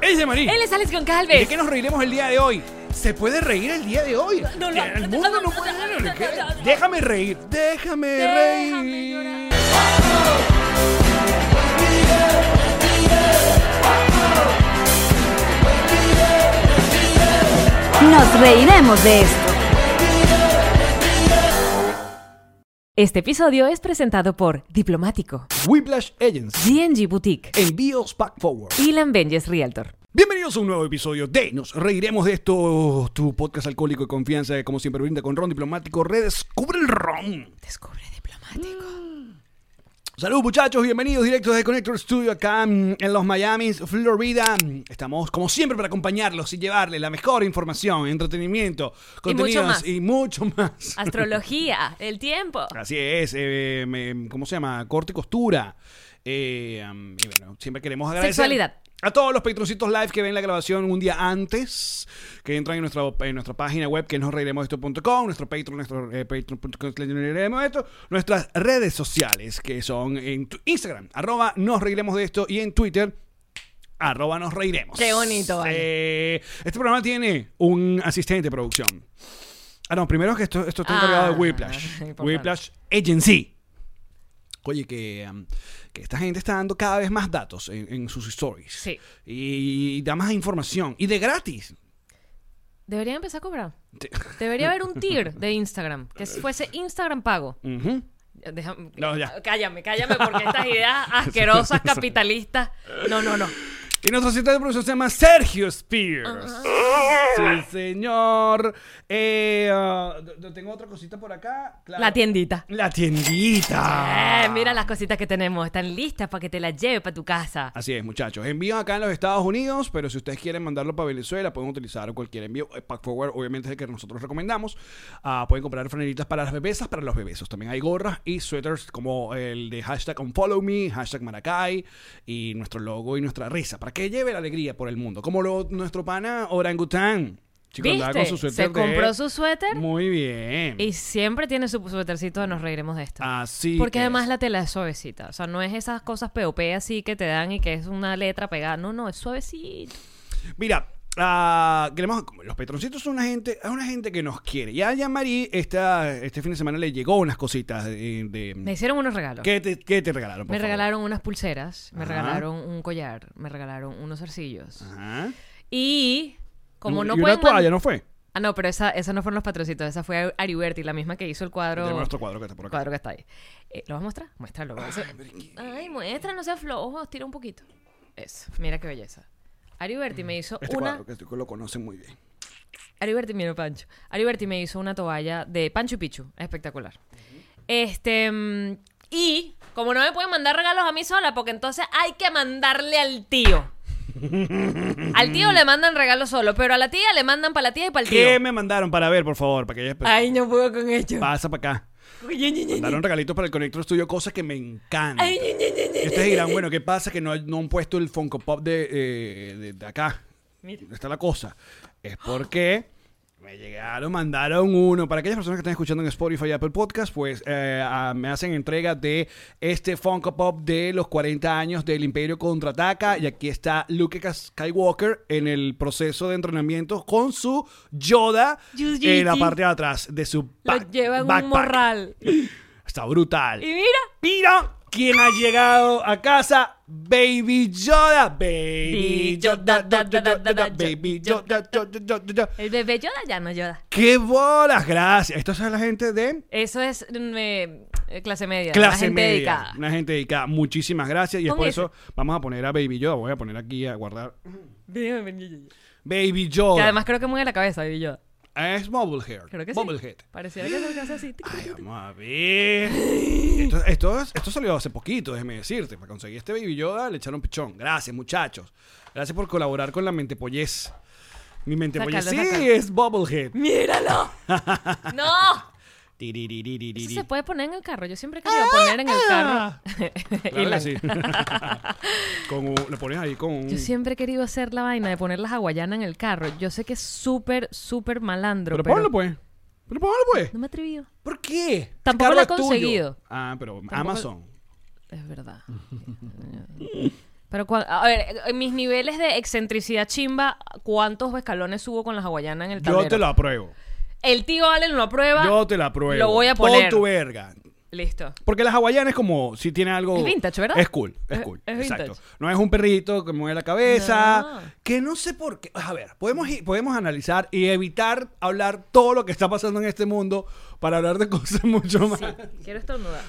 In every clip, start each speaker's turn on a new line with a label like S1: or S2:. S1: dice Marí?
S2: Él es Alex
S1: ¿De
S2: Goncalves.
S1: qué nos reiremos el día de hoy? ¿Se puede reír el día de hoy?
S2: No, no,
S1: el
S2: no,
S1: mundo
S2: no,
S1: no,
S2: no,
S1: puede
S2: no,
S1: reír,
S2: no,
S1: ¿qué?
S2: no, no.
S1: Déjame reír, déjame,
S2: Déjame
S1: reír.
S2: llorar.
S3: Nos reiremos de esto.
S2: Este episodio es presentado por Diplomático,
S1: Whiplash Agents.
S2: GNG Boutique
S1: Envíos Pack Forward.
S2: y Lambenges Realtor.
S1: Bienvenidos a un nuevo episodio de Nos Reiremos de esto, tu podcast alcohólico de confianza que como siempre brinda con Ron Diplomático. Redescubre el Ron.
S2: Descubre Diplomático.
S1: Saludos muchachos, bienvenidos directos de Connector Studio acá mm, en los Miamis, Florida. Estamos como siempre para acompañarlos y llevarles la mejor información, entretenimiento,
S2: Y mucho
S1: contenidos
S2: más.
S1: y mucho más.
S2: Astrología, el tiempo.
S1: Así es, eh, me- ¿cómo se llama? Corte y costura. Eh, um, y bueno, siempre queremos agradecer
S2: Sexualidad.
S1: a todos los patroncitos live que ven la grabación un día antes, que entran en nuestra, en nuestra página web que es nosreiremosesto.com, nuestro Patreon, nuestro eh, patreon.com, slash nosreiremosesto, nuestras redes sociales que son en tu- Instagram, arroba nos reiremos de esto y en Twitter. Arroba nos reiremos.
S2: Qué bonito, vale.
S1: Eh, este programa tiene un asistente de producción. Ah, no, primero que esto, esto está
S2: Ah,
S1: encargado de Whiplash.
S2: importante.
S1: Whiplash Agency. Oye, que, um, que esta gente está dando cada vez más datos en, en sus stories.
S2: Sí.
S1: Y da más información. Y de gratis.
S2: Debería empezar a cobrar.
S1: Te-
S2: Debería haber un tier de Instagram, que fuese Instagram pago.
S1: Ujú.
S2: Déjame-
S1: No, ya.
S2: Cállame, cállame, porque estas ideas asquerosas, capitalistas. No, no, no.
S1: Y nuestro asistente de producción se llama Sergio Spears. Sí, señor. Eh, ah, do- do- tengo otra cosita por acá. Claro.
S2: La tiendita.
S1: La Ah. tiendita.
S2: Eh, mira las cositas que tenemos. Están listas para que te las lleve para tu casa.
S1: Así es, muchachos. Envío acá en los Estados Unidos, pero si ustedes quieren mandarlo para Venezuela, pueden utilizar cualquier envío. Eh, Pack Forward, obviamente, es el que nosotros recomendamos. Ah, pueden comprar franelitas para las bebesas, para los bebesos. También hay gorras y suéteres como el de hashtag unfollow me, hashtag maracay y nuestro logo y nuestra risa, para que lleve la alegría por el mundo. Como lo- nuestro pana orangután. Chico, andaba
S2: ¿Viste?
S1: con su suéter.
S2: Se
S1: de-
S2: compró su suéter
S1: Muy bien.
S2: y siempre tiene su suétercito de nos reiremos de esto.
S1: Así.
S2: Porque además
S1: Ah, es.
S2: la tela es suavecita. O sea, no es esas cosas POP así que te dan y que es una letra pegada. No, no, es suavecito.
S1: Mira, ah, queremos, los patroncitos son una gente, es una gente que nos quiere. Ya a Jean-Marie esta, este fin de semana le llegó unas cositas de, de-
S2: Me hicieron unos
S1: Mm.
S2: regalos.
S1: ¿qué, te, qué te regalaron? por
S2: Me
S1: favor?
S2: regalaron unas pulseras, me
S1: Ajá.
S2: regalaron un collar, me regalaron unos arcillos.
S1: Ajá.
S2: Y como
S1: Y
S2: no
S1: una
S2: pueden...
S1: toalla,
S2: man-
S1: ¿no fue?
S2: Ah, no, pero esa, esa no fueron los patrocitos, esa fue Ariberti, la misma que hizo el cuadro...
S1: Tenemos nuestro cuadro que está por
S2: el
S1: acá.
S2: cuadro que está ahí. Eh, ¿Lo vas a mostrar?
S1: Ah,
S2: Muéstralo. Eso- Ay, muestra, no seas flojo, tira un poquito. Eso, mira qué belleza. Ariberti me hizo
S1: Este
S2: una...
S1: cuadro que estoy- lo conocen muy bien.
S2: Ariberti, mira Pancho. Ariberti me hizo una toalla de Pancho y Pichu. Espectacular. Este. mm, Y como no me pueden mandar regalos a mí sola, porque entonces hay que mandarle al tío. Al tío le mandan regalos solo, pero a la tía le mandan para la tía y para el tío.
S1: ¿Qué me mandaron para ver, por favor? Para que ella
S2: Ay, no puedo con ello.
S1: pasa para acá.
S2: Ñe, Ñe, Ñe, Ñe.
S1: Mandaron regalitos para el Conector Studio, cosas que me encantan.
S2: Ay, Ñe, Ñe, Ñe, Ñe.
S1: Y ustedes dirán, bueno, ¿qué pasa que no, no han puesto el Funko Pop de, eh, de- de acá?
S2: Mira.
S1: Está la cosa. Es porque me llegaron, mandaron uno. Para aquellas personas que están escuchando en Spotify y Apple Podcast, pues eh, ah, me hacen entrega de este Funko Pop de los 40 años del Imperio Contraataca. Y aquí está Luke Skywalker en el proceso de entrenamiento con su Yoda
S2: Yuji.
S1: en la parte de atrás de su
S2: Lo
S1: pack-
S2: llevan un
S1: backpack.
S2: morral. Y
S1: Está brutal.
S2: mira.
S1: Pero, ¿quién ha llegado a casa? Baby Yoda. Baby
S2: Di-
S1: Yoda.
S2: Yoda,
S1: da, da, da, da, da,
S2: Yoda,
S1: Baby
S2: Yoda,
S1: Yoda. Yoda, Yoda, Yoda.
S2: El bebé Yoda ya no Yoda.
S1: ¡Qué bolas! Gracias. Esto es la gente de
S2: Eso es mm, eh, clase media. la
S1: clase
S2: gente
S1: media.
S2: dedicada.
S1: Una gente dedicada. Muchísimas gracias. Y es
S2: Pon
S1: por
S2: ese.
S1: eso vamos a poner a Baby Yoda. Voy a poner aquí a guardar.
S2: Dígame, Ñe, Ñe, Ñe.
S1: Baby
S2: Que
S1: Yoda.
S2: además creo que mueve la cabeza, Baby Yoda.
S1: Es Bobblehead.
S2: Creo que sí.
S1: Bobblehead.
S2: Pareciera que se hace así.
S1: Ay, vamos a ver. Esto, esto, es- esto salió hace poquito, déjeme decirte. Para conseguir este Baby Yoda le echaron pichón. Gracias, muchachos. Gracias por colaborar con la mentepollez. Mi mentepollez sí
S2: Sácalo, sácalo.
S1: es Bubblehead.
S2: ¡Míralo! ¡No! Eso
S1: Tiririririririri.
S2: se puede poner en el carro. Yo siempre he querido poner en el carro.
S1: Ah, claro que
S2: Ilan.
S1: sí. con un- lo pones ahí con un...
S2: Yo siempre he querido hacer la vaina de poner la hawaiana en el carro. Yo sé que es súper, súper malandro.
S1: Pero
S2: Pero,
S1: ponlo, pues. Pero ponlo, pues.
S2: No me he atrevido.
S1: ¿Por qué?
S2: Tampoco lo
S1: Carlos
S2: he
S1: es tuyo.
S2: conseguido.
S1: Ah, pero Amazon.
S2: Es verdad. Pero, cua- a ver, en mis niveles de excentricidad chimba, ¿cuántos escalones subo con las hawaianas en el tablero?
S1: Yo te lo apruebo.
S2: El tío Allen lo aprueba.
S1: Yo te la apruebo.
S2: Lo voy a poner.
S1: Pon tu verga.
S2: Listo.
S1: Porque las hawaianas como si tiene algo...
S2: Es vintage, ¿verdad?
S1: Es cool, es
S2: Es-
S1: cool.
S2: es vintage.
S1: exacto. No es un perrito que mueve la cabeza.
S2: No.
S1: Que no sé por qué. A ver, podemos, ir- podemos analizar y evitar hablar todo lo que está pasando en este mundo para hablar de cosas mucho más...
S2: Sí, quiero estornudar.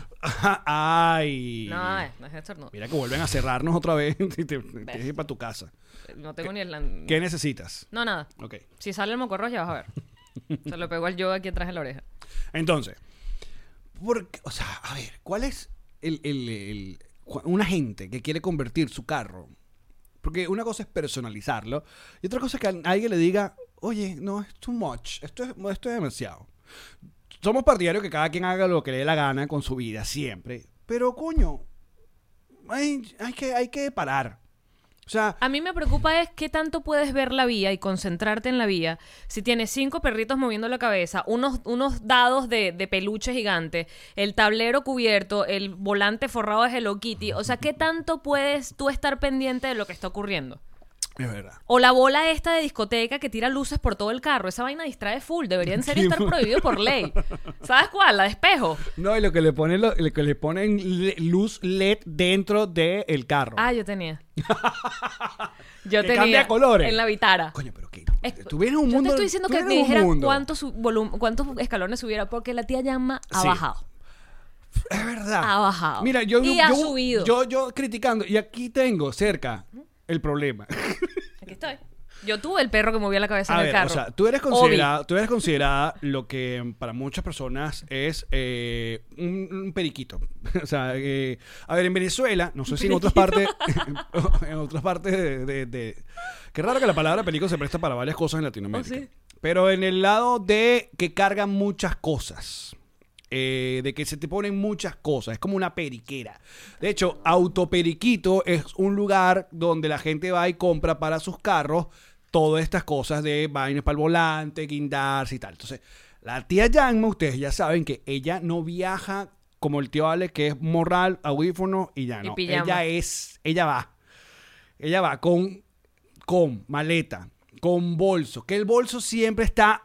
S1: Ay.
S2: No, eh, no es estornudar.
S1: Mira que vuelven a cerrarnos otra vez y te, tienes que ir para tu casa.
S2: No tengo ni el... lan-
S1: ¿Qué necesitas?
S2: No, nada.
S1: Ok.
S2: Si sale el mocorros ya vas a ver. Se lo pegó al yo aquí atrás de la oreja.
S1: Entonces, ¿por qué- o sea, a ver, ¿cuál es el, el- el- cu- una gente que quiere convertir su carro? Porque una cosa es personalizarlo y otra cosa es que a alguien le diga, oye, no, es too much, esto es, esto es demasiado. Somos partidarios que cada quien haga lo que le dé la gana con su vida, siempre. Pero, coño, hay, hay que, hay que parar. O sea,
S2: A mí me preocupa es qué tanto puedes ver la vía y concentrarte en la vía. Si tienes cinco perritos moviendo la cabeza, unos, unos dados de, de peluche gigante, el tablero cubierto, el volante forrado de Hello Kitty. O sea, ¿qué tanto puedes tú estar pendiente de lo que está ocurriendo?
S1: es verdad.
S2: O la bola esta de discoteca que tira luces por todo el carro. Esa vaina distrae full. Debería en serio estar prohibido por ley. ¿Sabes cuál? La de espejo.
S1: No, y lo que le ponen, lo, lo que le ponen le- luz LED dentro del carro.
S2: Ah, yo tenía. Yo
S1: Que
S2: tenía.
S1: cambia colores.
S2: En la vitara.
S1: Coño, pero qué.
S2: Es-
S1: Tú vienes un
S2: yo
S1: mundo.
S2: te estoy diciendo
S1: tú
S2: que
S1: eres
S2: me
S1: un
S2: dijeras
S1: mundo.
S2: cuántos, su- volum- cuántos escalones subiera, porque la tía llama ha
S1: Sí.
S2: bajado.
S1: Es verdad.
S2: Ha bajado.
S1: Mira, yo.
S2: Y
S1: yo,
S2: ha
S1: yo-
S2: subido.
S1: Yo, yo criticando. Y aquí tengo cerca el problema.
S2: Aquí estoy. Yo tuve el perro que movía la cabeza
S1: A
S2: en
S1: ver,
S2: el carro.
S1: o sea, tú eres,
S2: Obi.
S1: considerada, tú eres considerada lo que para muchas personas es eh, un, un periquito. O sea, eh, a ver, en Venezuela, no sé si en otras partes, en otras partes de, de- de- Qué raro que la palabra perico se presta para varias cosas en Latinoamérica.
S2: Oh, sí.
S1: Pero en el lado de que cargan muchas cosas. eh, de que se te ponen muchas cosas, es como una periquera. De hecho, Autoperiquito es un lugar donde la gente va y compra para sus carros todas estas cosas de vainas para el volante, guindarse y tal. Entonces, la tía Yanma, ustedes ya saben que ella no viaja como el tío Ale, que es morral, audífono y ya
S2: Y
S1: no.
S2: pijama.
S1: ella es, ella va. Ella va con, con maleta, con bolso, que el bolso siempre está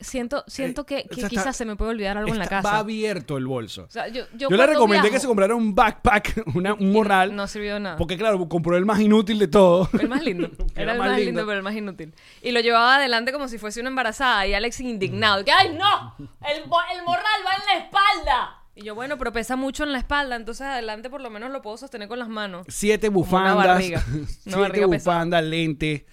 S2: Siento, siento que,
S1: Eh,
S2: que
S1: o sea, está-
S2: quizás se me puede olvidar algo en la
S1: Está- Va
S2: casa.
S1: abierto el bolso.
S2: O sea, yo,
S1: yo
S2: yo
S1: le
S2: cuando
S1: recomendé que
S2: viajo-
S1: se comprara un backpack, una- un morral.
S2: No sirvió de nada.
S1: Porque, claro, compró el más inútil de todo.
S2: El más lindo. Era, el más, lindo, pero el más inútil. Y lo llevaba adelante como si fuese una embarazada. Y Alex indignado. Que, ¡Ay, no! El, bo- el morral va en la espalda. Y yo, bueno, pero pesa mucho en la espalda. Entonces adelante por lo menos lo puedo sostener con las manos.
S1: Siete
S2: Como una
S1: bufandas.
S2: barriga. Una
S1: siete
S2: barriga pesada.
S1: bufandas, lente.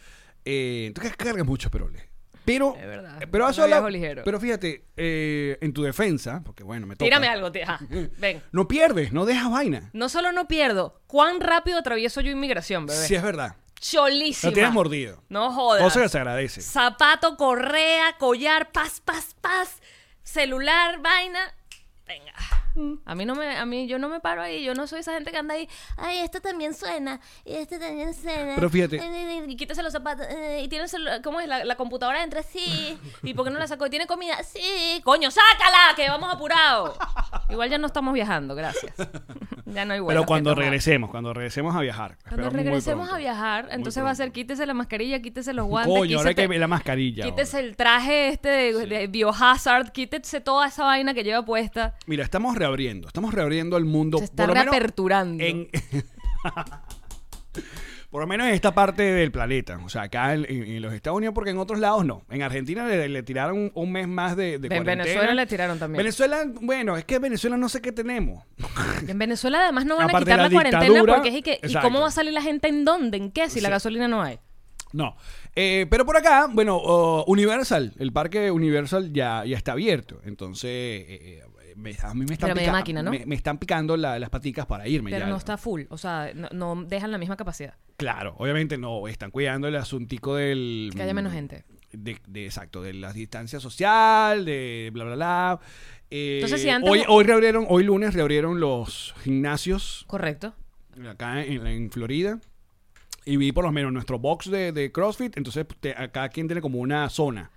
S1: Eh, entonces cargas muchos peroles. Pero,
S2: Es verdad.
S1: pero,
S2: Yo
S1: eso habla-
S2: viajo ligero.
S1: pero fíjate, eh, en tu defensa, porque bueno, me toca.
S2: Tírame algo, tía. Ven.
S1: No pierdes, no dejas vaina.
S2: No solo no pierdo, cuán rápido atravieso yo inmigración, bebé.
S1: Sí, es verdad.
S2: Cholísima.
S1: Lo tienes mordido.
S2: No jodas.
S1: Cosa que se agradece.
S2: Zapato, correa, collar, paz, paz, paz. Celular, vaina. Venga. A mí no me, a mí yo no me paro ahí. Yo no soy esa gente que anda ahí. Ay, esto también suena. Y esto también suena.
S1: Pero fíjate,
S2: Eh, Y quítese los zapatos. eh, Y tiene el celular. ¿Cómo es? La, la computadora entra sí. ¿Y por qué no la sacó? ¿Y tiene comida? Sí. Coño, sácala, que vamos apurados. Igual ya no estamos viajando, gracias. ya no hay vuelos
S1: pero
S2: que
S1: cuando
S2: tomar.
S1: regresemos, cuando regresemos a viajar.
S2: Cuando
S1: espero muy
S2: regresemos
S1: pronto.
S2: a viajar,
S1: Muy
S2: entonces va a
S1: pronto.
S2: ser quítese la mascarilla, quítese los guantes,
S1: Coño, ahora hay que
S2: quítese-
S1: ver la mascarilla. ahora.
S2: Quítese el traje este de, de biohazard, quítese toda esa vaina que lleva puesta.
S1: Mira, estamos reabriendo, estamos reabriendo el mundo.
S2: Se está
S1: por lo menos
S2: reaperturando.
S1: en- por lo menos en esta parte del planeta, o sea, acá en, en- en los Estados Unidos, porque en otros lados no. En Argentina le, le tiraron un, un mes más de, de
S2: En
S1: cuarentena.
S2: Venezuela le tiraron también.
S1: Venezuela, bueno, es que Venezuela no sé qué tenemos.
S2: En Venezuela además no van
S1: Aparte de
S2: a quitar
S1: la
S2: la, cuarentena
S1: dictadura,
S2: porque es y que, ¿y
S1: exacto.
S2: cómo va a salir la gente en dónde? ¿En qué? Si la
S1: Sí.
S2: gasolina no hay.
S1: No. Eh, pero por acá, bueno, oh, Universal, el parque Universal ya, ya está abierto. Entonces, eh, eh, me- a mí me están,
S2: Pero media máquina, ¿no?
S1: me, me están picando la- las paticas para irme.
S2: Pero
S1: ya.
S2: no está full, o sea, no, no dejan la misma capacidad.
S1: Claro, obviamente no, están cuidando el asuntico del... mm,
S2: Que haya menos gente.
S1: De, de- exacto, de la distancia social, de bla, bla, bla. Eh,
S2: Entonces, si antes-
S1: hoy, hoy reabrieron, hoy lunes reabrieron los gimnasios
S2: Correcto.
S1: acá en, en Florida. Y vi por lo menos nuestro box de, de CrossFit, entonces te- a cada quien tiene como una zona.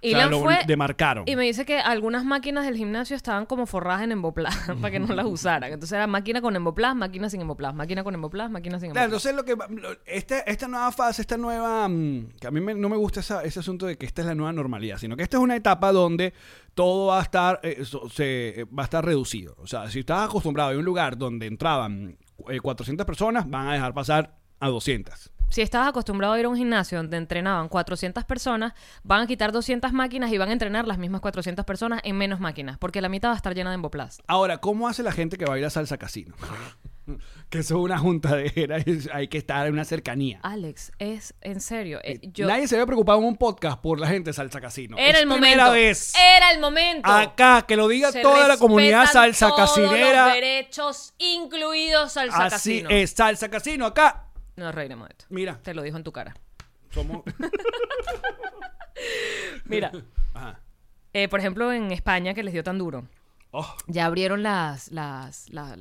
S1: sea,
S2: Ilan
S1: lo
S2: fue
S1: demarcaron.
S2: y me dice que algunas máquinas del gimnasio estaban como forradas en emboplas para que no las usaran. Entonces era máquina con emboplas, máquina sin emboplas, máquina con emboplas, máquina sin
S1: Claro,
S2: emboplas.
S1: entonces lo que va- lo- este- esta nueva fase, esta nueva mm, que a mí me- no me gusta esa- ese asunto de que esta es la nueva normalidad, sino que esta es una etapa donde todo va a estar eh, so- se eh, va a estar reducido. O sea, si estás acostumbrado a un lugar donde entraban eh, 400 personas, van a dejar pasar a 200.
S2: Si estabas acostumbrado a ir a un gimnasio donde entrenaban 400 personas, van a quitar 200 máquinas y van a entrenar las mismas 400 personas en menos máquinas, porque la mitad va a estar llena de emboplas.
S1: Ahora, ¿cómo hace la gente que va a ir a salsa casino? que eso es una juntadera, es- hay que estar en una cercanía.
S2: Alex, es en serio. eh, Ah, yo
S1: Nadie se había preocupado en un podcast por la gente de salsa casino.
S2: era
S1: Es
S2: el
S1: primera
S2: momento.
S1: vez.
S2: Era el momento.
S1: Acá, que lo diga
S2: Se
S1: toda la comunidad
S2: respetan
S1: salsa
S2: todos Los
S1: casinera.
S2: derechos incluidos salsa
S1: Así
S2: casino.
S1: es, salsa casino acá.
S2: Nos reiremos de esto.
S1: Mira,
S2: Te lo dijo en tu cara.
S1: somos.
S2: Mira,
S1: Ajá.
S2: eh, por ejemplo, en España, que les dio tan duro,
S1: Oh,
S2: ya abrieron las las las,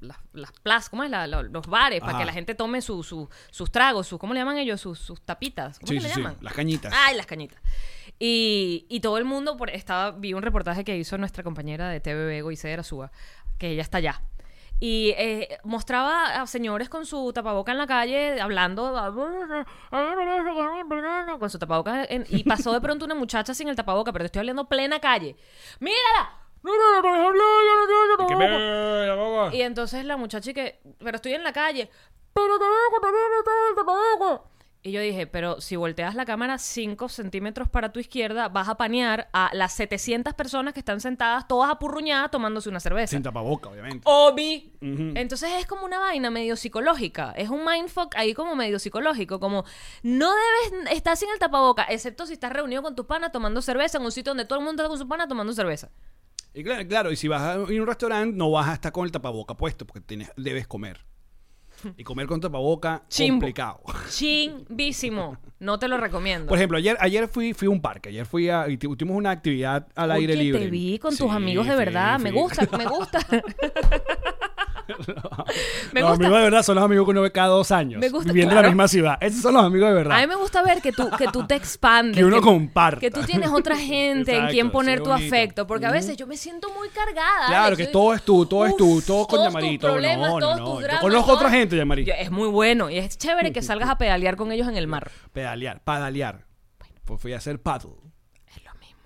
S2: las, las plaz- ¿cómo es? La- la- los bares para
S1: Ajá.
S2: que la gente tome su- su- sus tragos, sus, ¿cómo le llaman ellos? Sus, sus tapitas. ¿Cómo
S1: sí,
S2: que
S1: sí,
S2: le
S1: sí.
S2: llaman? Ah,
S1: Las cañitas.
S2: Ay, las cañitas. Y, y todo el mundo por, estaba, vi un reportaje que hizo nuestra compañera de TVB, Goice Azúa, que ella está allá. Y eh, mostraba a señores con su tapaboca en la calle, hablando, con su tapaboca. en- y pasó de pronto una muchacha sin el tapaboca, pero te estoy hablando plena calle. ¡Mírala!
S1: Que me- la boba.
S2: Y entonces la muchacha y que, pero estoy en la calle. Y yo dije, pero si volteas la cámara 5 centímetros para tu izquierda, vas a panear a las 700 personas que están sentadas, todas apurruñadas, tomándose una cerveza.
S1: Sin tapaboca, obviamente.
S2: Obi. Entonces es como una vaina medio psicológica. Es un mindfuck ahí como medio psicológico. Como no debes estar sin el tapaboca, excepto si estás reunido con tus panas tomando cerveza en un sitio donde todo el mundo está con su pana tomando cerveza.
S1: Y claro, claro, y si vas a ir a un restaurante, no vas a estar con el tapaboca puesto, porque tienes, debes comer. Y comer con tapaboca,
S2: Chimbo.
S1: complicado.
S2: Chimbísimo. No te lo recomiendo.
S1: Por ejemplo, ayer, ayer fui, fui a un parque, ayer fui a, y tu- tuvimos una actividad al aire
S2: Oye,
S1: libre.
S2: Te vi con
S1: Sí,
S2: tus amigos de
S1: fui,
S2: verdad. Me
S1: fui.
S2: gusta, me gusta. me
S1: los
S2: gusta.
S1: amigos de verdad son los amigos que uno ve cada dos años.
S2: Me gusta,
S1: viviendo en la
S2: claro.
S1: misma ciudad. Esos son los amigos de verdad.
S2: A mí me gusta ver que tú, que tú te expandes.
S1: Que uno comparta.
S2: Que tú tienes otra gente en
S1: Exacto,
S2: quien poner
S1: sí,
S2: tu
S1: bonito.
S2: afecto. Porque a veces yo me siento muy cargada.
S1: Claro,
S2: Alex.
S1: que
S2: Yo-
S1: todo es tú, todo es tú,
S2: Ah, Uf,
S1: todo con
S2: todos
S1: llamarito.
S2: Tus problemas,
S1: No, no,
S2: todos
S1: no.
S2: tus
S1: Yo
S2: dramas,
S1: conozco
S2: todos-
S1: otra gente, llamarito.
S2: Yo- Es muy bueno y es chévere que salgas a pedalear con ellos en el mar.
S1: Pedalear, padalear. Pues fui a hacer paddle.
S2: Es lo mismo.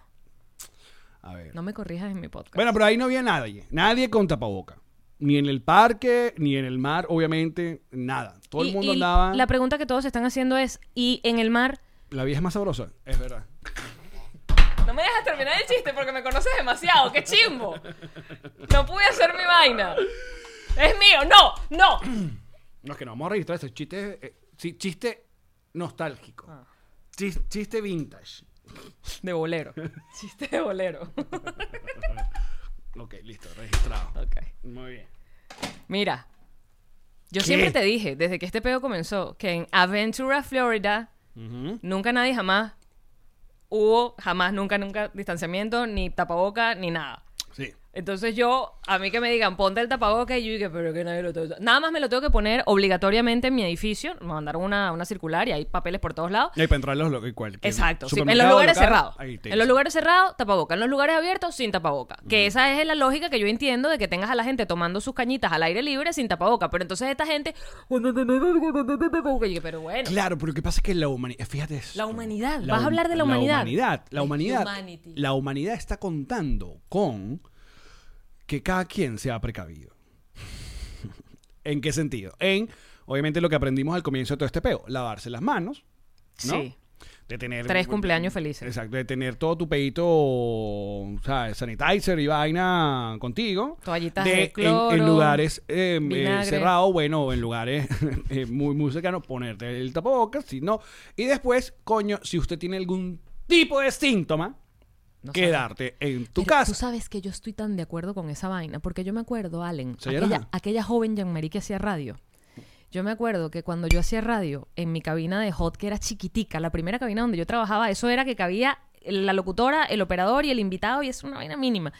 S1: A ver.
S2: No me corrijas en mi podcast.
S1: Bueno, pero ahí no había nadie. Nadie con tapaboca. Ni en el parque, ni en el mar, obviamente, nada. Todo
S2: Y-
S1: el mundo
S2: y
S1: andaba.
S2: La
S1: La...
S2: pregunta que todos están haciendo es: ¿y en el mar?
S1: vieja es más sabrosa. Es verdad.
S2: No me dejas terminar el chiste porque me conoces demasiado. ¡Qué chimbo! No pude hacer mi vaina. Es mío. No, no.
S1: No, es que no vamos a registrar eso. Chiste, eh, sí, chiste nostálgico.
S2: Ah.
S1: Chis- Chiste vintage.
S2: De bolero. Chiste de bolero.
S1: Ok, listo, registrado.
S2: Ok.
S1: Muy bien.
S2: Mira. Yo
S1: ¿Qué?
S2: siempre te dije, desde que este pedo comenzó, que en Aventura, Florida, nunca nadie jamás hubo, jamás, nunca, nunca distanciamiento, ni tapaboca, ni nada.
S1: Sí.
S2: Entonces yo, a mí que me digan, ponte el tapaboca, y yo dije, pero que nadie lo tengo. Nada más me lo tengo que poner obligatoriamente en mi edificio. Me mandaron una, una circular y hay papeles por todos lados.
S1: Y ahí para entrar en los locales. cualquier
S2: Exacto, sí, en los
S1: supermercado,
S2: lugares
S1: local,
S2: cerrados.
S1: ahí te
S2: En los
S1: dicen.
S2: lugares cerrados, tapaboca. En los lugares abiertos, sin tapaboca. Que esa es la lógica que yo entiendo de que tengas a la gente tomando sus cañitas al aire libre sin tapaboca. Pero entonces esta gente. Y yo, Pero bueno.
S1: Claro, pero lo que pasa es que la humanidad, fíjate esto.
S2: La humanidad,
S1: La
S2: vas a
S1: hum-
S2: hablar de la
S1: La
S2: humanidad.
S1: humanidad, la
S2: The
S1: humanidad,
S2: humanity.
S1: la humanidad está contando con que cada quien sea precavido. ¿En qué sentido? En, obviamente, lo que aprendimos al comienzo de todo este peo, lavarse las manos, ¿no?
S2: Sí.
S1: De tener,
S2: Tres cumpleaños felices.
S1: Exacto, de tener todo tu pedito, o sea, sanitizer y vaina contigo.
S2: Toallitas
S1: De-
S2: de
S1: en-
S2: cloro,
S1: En, lugares eh, eh,
S2: vinagre.
S1: cerrados, bueno, en lugares eh, muy, muy cercanos, ponerte el tapabocas, si no. Y después, coño, si usted tiene algún tipo de síntoma,
S2: No sabes.
S1: quedarte en tu
S2: Pero
S1: casa.
S2: Tú sabes que yo estoy tan de acuerdo con esa vaina, porque yo me acuerdo, Allen,
S1: Señora.
S2: aquella, aquella joven Jean-Marie que hacía radio. Yo me acuerdo que cuando yo hacía radio, en mi cabina de hot, que era chiquitica, la primera cabina donde yo trabajaba, eso era que cabía la locutora, el operador y el invitado, y es una vaina mínima.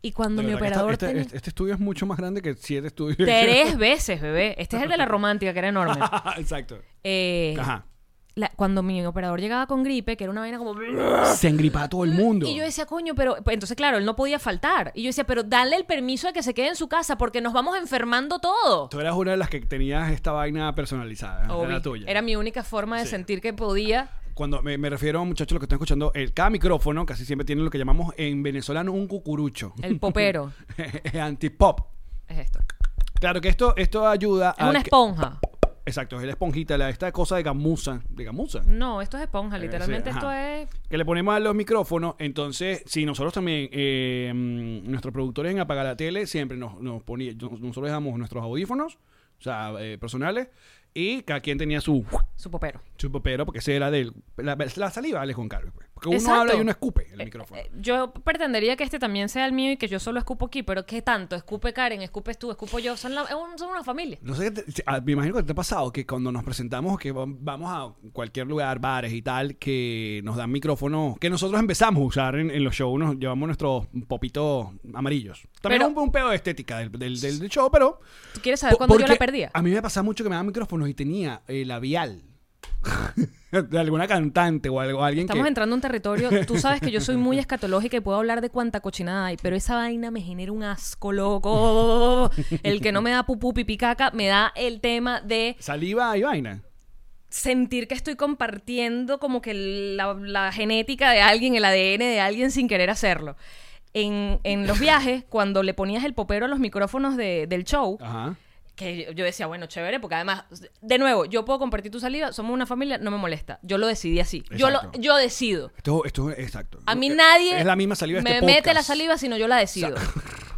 S2: Y cuando
S1: De
S2: mi
S1: verdad que
S2: operador
S1: esta- este,
S2: tenía-
S1: este- este estudio es mucho más grande que siete estudios.
S2: este Tres veces, bebé. Este es el de la romántica, que era enorme.
S1: Exacto.
S2: Eh,
S1: Ajá.
S2: la- cuando mi operador llegaba con gripe, que era una vaina como...
S1: Se engripaba todo el mundo.
S2: Mm, Y yo decía, coño, pero pues, entonces, claro, él no podía faltar. Y yo decía, pero dale el permiso de que se quede en su casa porque nos vamos enfermando todo.
S1: Tú eras una de las que tenías esta vaina personalizada. Era
S2: Obvio.
S1: la tuya.
S2: Era mi única forma de
S1: Sí.
S2: sentir que podía.
S1: Cuando me, me refiero, muchachos, lo que están escuchando, el- cada micrófono casi siempre tiene lo que llamamos en venezolano un cucurucho.
S2: El popero
S1: Antipop.
S2: es esto.
S1: Claro que esto, esto ayuda
S2: Es
S1: a.
S2: una
S1: Ah, que-
S2: esponja. Mm.
S1: Exacto, es la esponjita, la, esta cosa de gamuza. ¿De gamuza?
S2: No, esto es esponja.
S1: Eh,
S2: Literalmente
S1: sí,
S2: esto
S1: ajá.
S2: es...
S1: Que le ponemos a los micrófonos. Entonces, si nosotros también, eh, mm, nuestros productores en Apagar la Tele, siempre nos, nos ponía, nos- nosotros dejamos nuestros audífonos, o sea, eh, personales, y cada quien tenía su,
S2: Su popero.
S1: su popero, porque ese era del. La, la saliva de con Carlos. pues. Porque uno
S2: Exacto.
S1: habla y uno escupe en el
S2: Eh,
S1: micrófono.
S2: eh, Yo pretendería que este también sea el mío y que yo solo escupo aquí, pero ¿qué tanto? Escupe Karen, escupes tú, escupo yo. Son, la- es un- son una familia.
S1: No sé, qué te- si- ah, me imagino que te ha pasado que cuando nos presentamos, que vam- vamos a cualquier lugar, bares y tal, que nos dan micrófonos, que nosotros empezamos a usar en, en los shows, nos llevamos nuestros popitos amarillos. También
S2: Pero-
S1: un, un pedo de estética del, del- del- del show, pero...
S2: ¿Tú quieres saber
S1: po-
S2: cuándo yo la
S1: porque
S2: perdía?
S1: A mí me pasaba mucho que me daban micrófonos y tenía eh, labial de alguna cantante o algo, alguien
S2: Estamos
S1: que...
S2: entrando en territorio. Tú sabes que yo soy muy escatológica y puedo hablar de cuánta cochinada hay, pero esa vaina me genera un asco loco. El que no me da pupú, pipicaca, me da el tema de
S1: Saliva y vaina.
S2: sentir que estoy compartiendo como que la, la genética de alguien, el ADN de alguien sin querer hacerlo. En, en los viajes, cuando le ponías el popero a los micrófonos de- del show,
S1: Ajá.
S2: que yo- yo decía, bueno, chévere, porque además, de nuevo, yo puedo compartir tu salida, somos una familia, no me molesta. Yo lo decidí así. Yo, lo,
S1: Exacto.
S2: yo decido.
S1: Esto, esto es exacto.
S2: A mí
S1: Es-
S2: nadie
S1: Es la misma saliva de
S2: me
S1: este
S2: mete la
S1: podcast.
S2: saliva, sino yo la decido.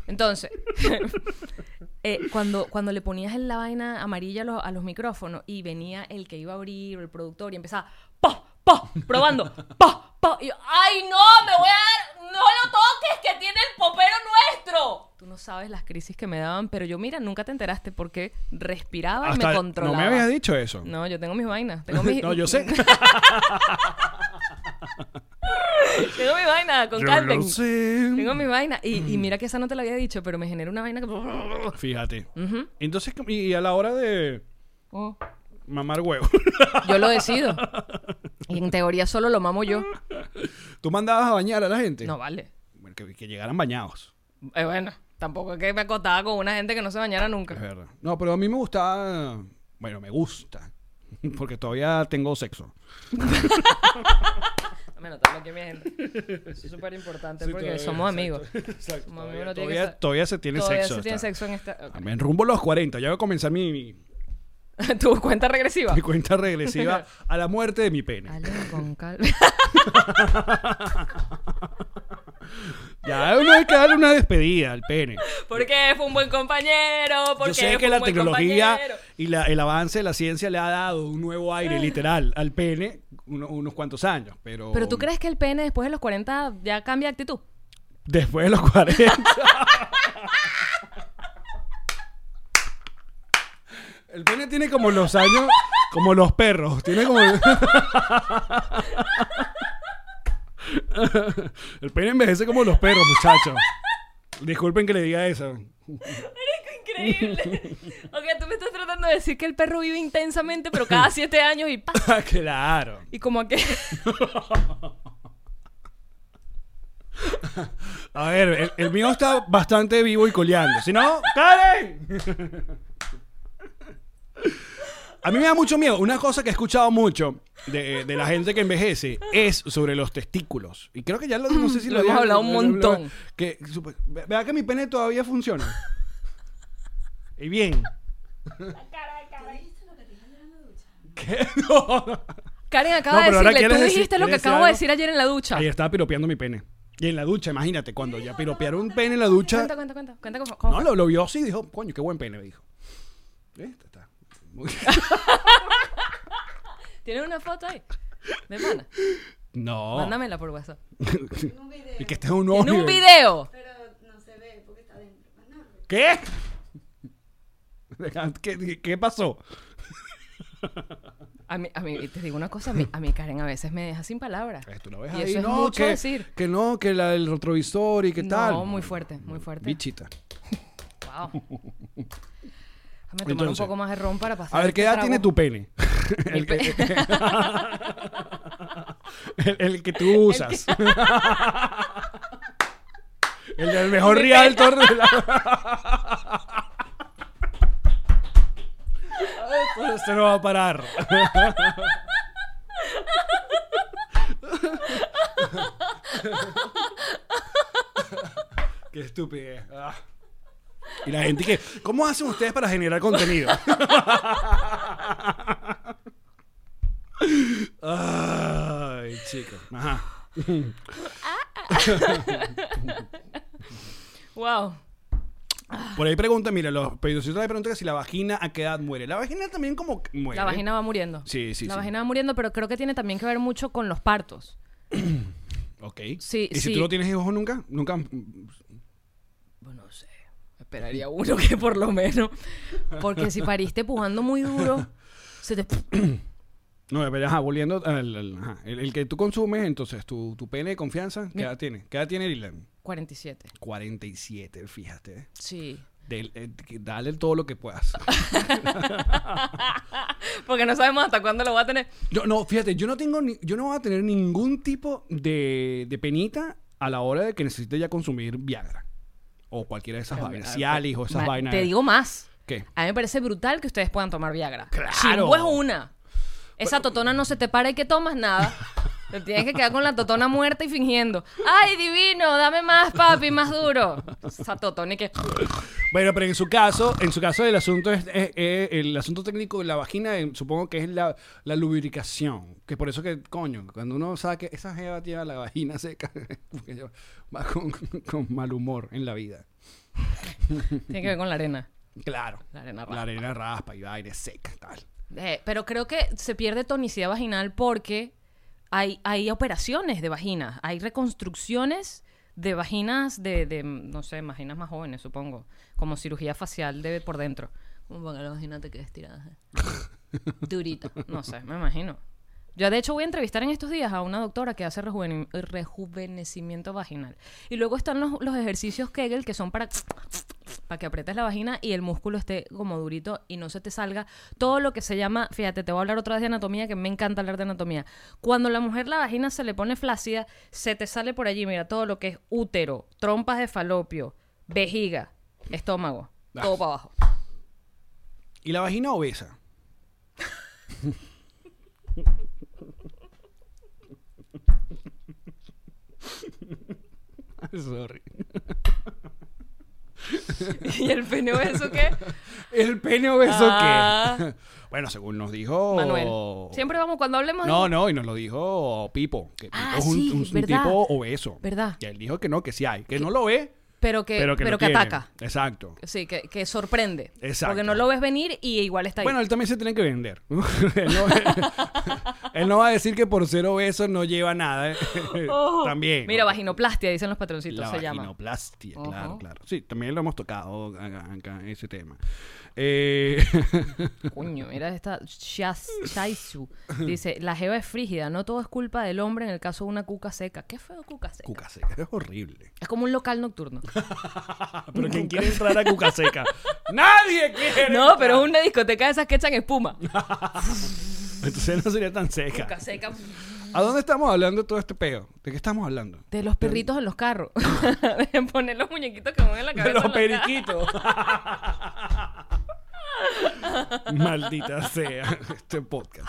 S2: Entonces, eh, cuando, cuando le ponías la vaina amarilla a los, a los micrófonos y venía el que iba a abrir, o el productor, y empezaba, po, po, probando, po, po, y yo, ¡ay no! ¡Me voy a dar! ¡No lo toques! ¡Que tiene el popero nuestro! Tú no sabes las crisis que me daban, pero yo, mira, nunca te enteraste porque respiraba y
S1: Hasta-
S2: me controlaba.
S1: No me habías dicho eso.
S2: No, yo tengo mis vainas. Tengo mis,
S1: no, yo sé.
S2: Tengo mi vaina con
S1: Yo
S2: Calvin.
S1: lo sé.
S2: Tengo mi vaina. Y, y
S1: Mm.
S2: mira que esa no te la había dicho, pero me genera una vaina que.
S1: Fíjate.
S2: Mm.
S1: Entonces, ¿cómo- y a la hora de
S2: Oh.
S1: mamar huevo,
S2: Yo lo decido. Y en teoría solo lo mamo yo.
S1: ¿tú mandabas a bañar a la gente?
S2: No vale.
S1: Bueno, que, que llegaran bañados.
S2: Eh, bueno, tampoco es que me acostaba con una gente que no se bañara
S1: Es
S2: nunca.
S1: verdad. No, pero a mí me gustaba. Bueno, me gusta. Porque todavía tengo sexo.
S2: Bueno, todo lo que mi gente. Eso es súper importante
S1: Sí,
S2: porque
S1: todavía,
S2: somos amigos.
S1: exacto, exacto.
S2: Somos amigos,
S1: Todavía,
S2: no tiene que
S1: todavía-
S2: ser-
S1: todavía se tiene
S2: Todavía
S1: sexo.
S2: se tiene
S1: está.
S2: sexo en esta. ok.
S1: Ah, me rumbo a los 40. Ya voy a comenzar mi, mi-
S2: Tu cuenta regresiva.
S1: mi cuenta regresiva a la muerte de mi pene.
S2: Allen con Calvin.
S1: Ya uno hay que darle una despedida al pene.
S2: Porque fue un buen compañero.
S1: Yo
S2: Porque
S1: sé
S2: fue
S1: que
S2: un
S1: la
S2: buen
S1: tecnología
S2: compañero. Eh.
S1: y la- el avance de la ciencia le ha dado un nuevo aire literal al pene uno- unos cuantos años, pero...
S2: Pero tú crees que el pene después de los 40 ya cambia de actitud.
S1: Después de los 40... el pene tiene como los años, como los perros, tiene como... el pene envejece como los perros, muchachos. Disculpen que le diga eso.
S2: Increíble. O sea, tú me estás tratando de decir que el perro vive intensamente, pero cada siete años y pa.
S1: claro.
S2: Y como que.
S1: A ver, el, el mío está bastante vivo y coleando. Si no, ¡Karen! A mí me da mucho miedo. Una cosa que he escuchado mucho de, de la gente que envejece es sobre los testículos. Y creo que ya lo, no sé si
S2: Lo
S1: lo,
S2: hemos
S1: dije-
S2: hablado un
S1: lo- lo- lo-
S2: montón.
S1: Que, supe- ve- vea que mi pene todavía funciona. Y bien. ¿Qué? No.
S2: Karen acaba
S1: No,
S2: de
S1: pero ahora
S2: decirle, tú
S1: quieres decir-
S2: dijiste lo que
S1: quieres decir
S2: acabo de
S1: algo.
S2: decir ayer en la ducha.
S1: Ahí estaba piropeando mi pene. Y en la ducha, imagínate, cuando ya piropearon un pene en la ducha.
S2: Cuenta, cuenta, cuenta. Cuenta cómo. cómo
S1: No, lo, lo vio así y dijo, coño, qué buen pene, me dijo. Este está. muy-
S2: fue. ¿Tienes una foto ahí? De pana.
S1: no.
S2: Mándamela por WhatsApp.
S1: Y que este es un nuevo.
S2: Tiene un
S1: nivel.
S2: video.
S1: ¿Qué? ¿Qué, qué pasó?
S2: A mí, a mí, te digo una cosa, a mí, a mí Karen a veces me deja sin palabras.
S1: Eh, Tú lo ves
S2: Y
S1: ahí.
S2: eso es
S1: no,
S2: mucho
S1: que,
S2: decir.
S1: que no, que la- el retrovisor y qué tal.
S2: No, muy fuerte, muy fuerte.
S1: Bichita.
S2: Wow. Déjame tomar
S1: Entonces,
S2: un poco más de ron para pasar.
S1: A ver, ¿qué
S2: este
S1: edad tiene
S2: trago.
S1: tu pene? El que, el, el que tú usas. El del mejor
S2: Mi
S1: realtor de la... Esto se no va a parar. Qué estupidez. Ah. Y la gente que... ¿Cómo hacen ustedes para generar contenido? Ay, chico. Ajá.
S2: Wow.
S1: Por ahí pregunta, mira, los periodistas le preguntan que si la vagina a qué edad muere. La vagina también como que muere.
S2: La vagina va muriendo.
S1: Sí, sí,
S2: La
S1: sí.
S2: vagina va muriendo, pero creo que tiene también que ver mucho con los partos.
S1: Ok.
S2: Sí,
S1: ¿Y si
S2: sí.
S1: tú no tienes hijos nunca? Nunca.
S2: Bueno, Pues no sé. Esperaría uno que por lo menos. Porque si pariste pujando muy duro, se te.
S1: No, pero ajá, volviendo al... al- ajá. ah, El, el que tú consumes, entonces, tu, tu pene de confianza, ¿qué edad tiene? ¿Qué edad tiene Dylan?
S2: 47.
S1: 47, fíjate.
S2: Sí.
S1: Del- eh, dale todo lo que puedas.
S2: Porque no sabemos hasta cuándo lo voy a tener.
S1: Yo, no, fíjate, yo no tengo ni- yo no voy a tener ningún tipo de, de penita a la hora de que necesite ya consumir Viagra. O cualquiera de esas vainas. Cialis o esas
S2: Ma-
S1: vainas.
S2: Te digo más.
S1: ¿Qué?
S2: A mí me parece brutal que ustedes puedan tomar Viagra.
S1: ¡Claro!
S2: Chimbo es una. Esa totona no se te para y que tomas nada. Te tienes que quedar con la totona muerta y fingiendo. ¡Ay, divino! Dame más, papi, más duro. Esa totona y que.
S1: Bueno, pero en su caso, en su caso el asunto es, es- es- el asunto técnico de la vagina, eh, supongo que es la, la lubricación, que por eso que coño, cuando uno sabe que esa jeva lleva la vagina seca, porque yo- va con, con mal humor en la vida.
S2: Tiene que ver con la arena.
S1: Claro.
S2: La arena
S1: La
S2: raspa.
S1: arena raspa y aire seca, tal.
S2: Eh, pero creo que se pierde tonicidad vaginal porque hay, hay operaciones de vaginas, hay reconstrucciones de vaginas de, de, no sé, vaginas más jóvenes, supongo, como cirugía facial de por dentro. Como para que la vagina te quede estirada. Durita. No sé, me imagino. Yo de hecho voy a entrevistar en estos días a una doctora que hace rejuveni- rejuvenecimiento vaginal. Y luego están los, los ejercicios Kegel que son para, para que aprietes la vagina y el músculo esté como durito y no se te salga todo lo que se llama, fíjate, te voy a hablar otra vez de anatomía, que me encanta hablar de anatomía. Cuando la mujer la vagina se le pone flácida, se te sale por allí, mira, todo lo que es útero, trompas de falopio, vejiga, estómago,
S1: Ah.
S2: todo para abajo.
S1: ¿Y la vagina obesa? Sorry.
S2: ¿Y el pene eso qué?
S1: ¿El pene obeso
S2: Ah.
S1: qué? bueno, según nos dijo...
S2: Manuel. Siempre vamos cuando hablemos de-
S1: Oh. No, no, y nos lo dijo Pipo, que Pipo
S2: Ah,
S1: es un,
S2: sí,
S1: un- un
S2: verdad.
S1: tipo obeso.
S2: Verdad.
S1: Y él dijo que no, que sí hay, que no lo ve,
S2: pero que
S1: pero que,
S2: pero
S1: lo
S2: que
S1: tiene.
S2: ataca.
S1: Exacto.
S2: Sí, que, que sorprende.
S1: Exacto.
S2: Porque no lo ves venir y igual está ahí.
S1: Bueno, él también se tiene que vender. él, no, él no va a decir que por ser obeso no lleva nada. eh.
S2: Ojo.
S1: también.
S2: Mira,
S1: ¿no?
S2: vaginoplastia, dicen los patroncitos,
S1: eh, La
S2: se llama.
S1: vaginoplastia,
S2: Ojo.
S1: claro, claro. Sí, también lo hemos tocado acá, acá, ese tema. Eh,
S2: Coño, mira esta Shas- Shaisu. Dice, la jeva es frígida, no todo es culpa del hombre en el caso de una cuca seca. Qué feo cuca seca.
S1: cuca seca, es horrible.
S2: Es como un local nocturno.
S1: Ah, Pero ¿quién quiere entrar a cuca seca? ¡Nadie quiere!
S2: no,
S1: entrar.
S2: pero es una discoteca de esas que echan espuma.
S1: Entonces no sería tan seca.
S2: cuca seca.
S1: ¿A dónde estamos hablando de todo este peo? ¿De qué estamos hablando?
S2: De los perritos en los carros. Dejen poner los muñequitos que mueven la cabeza.
S1: De los
S2: en la cara.
S1: periquitos. Maldita sea este podcast.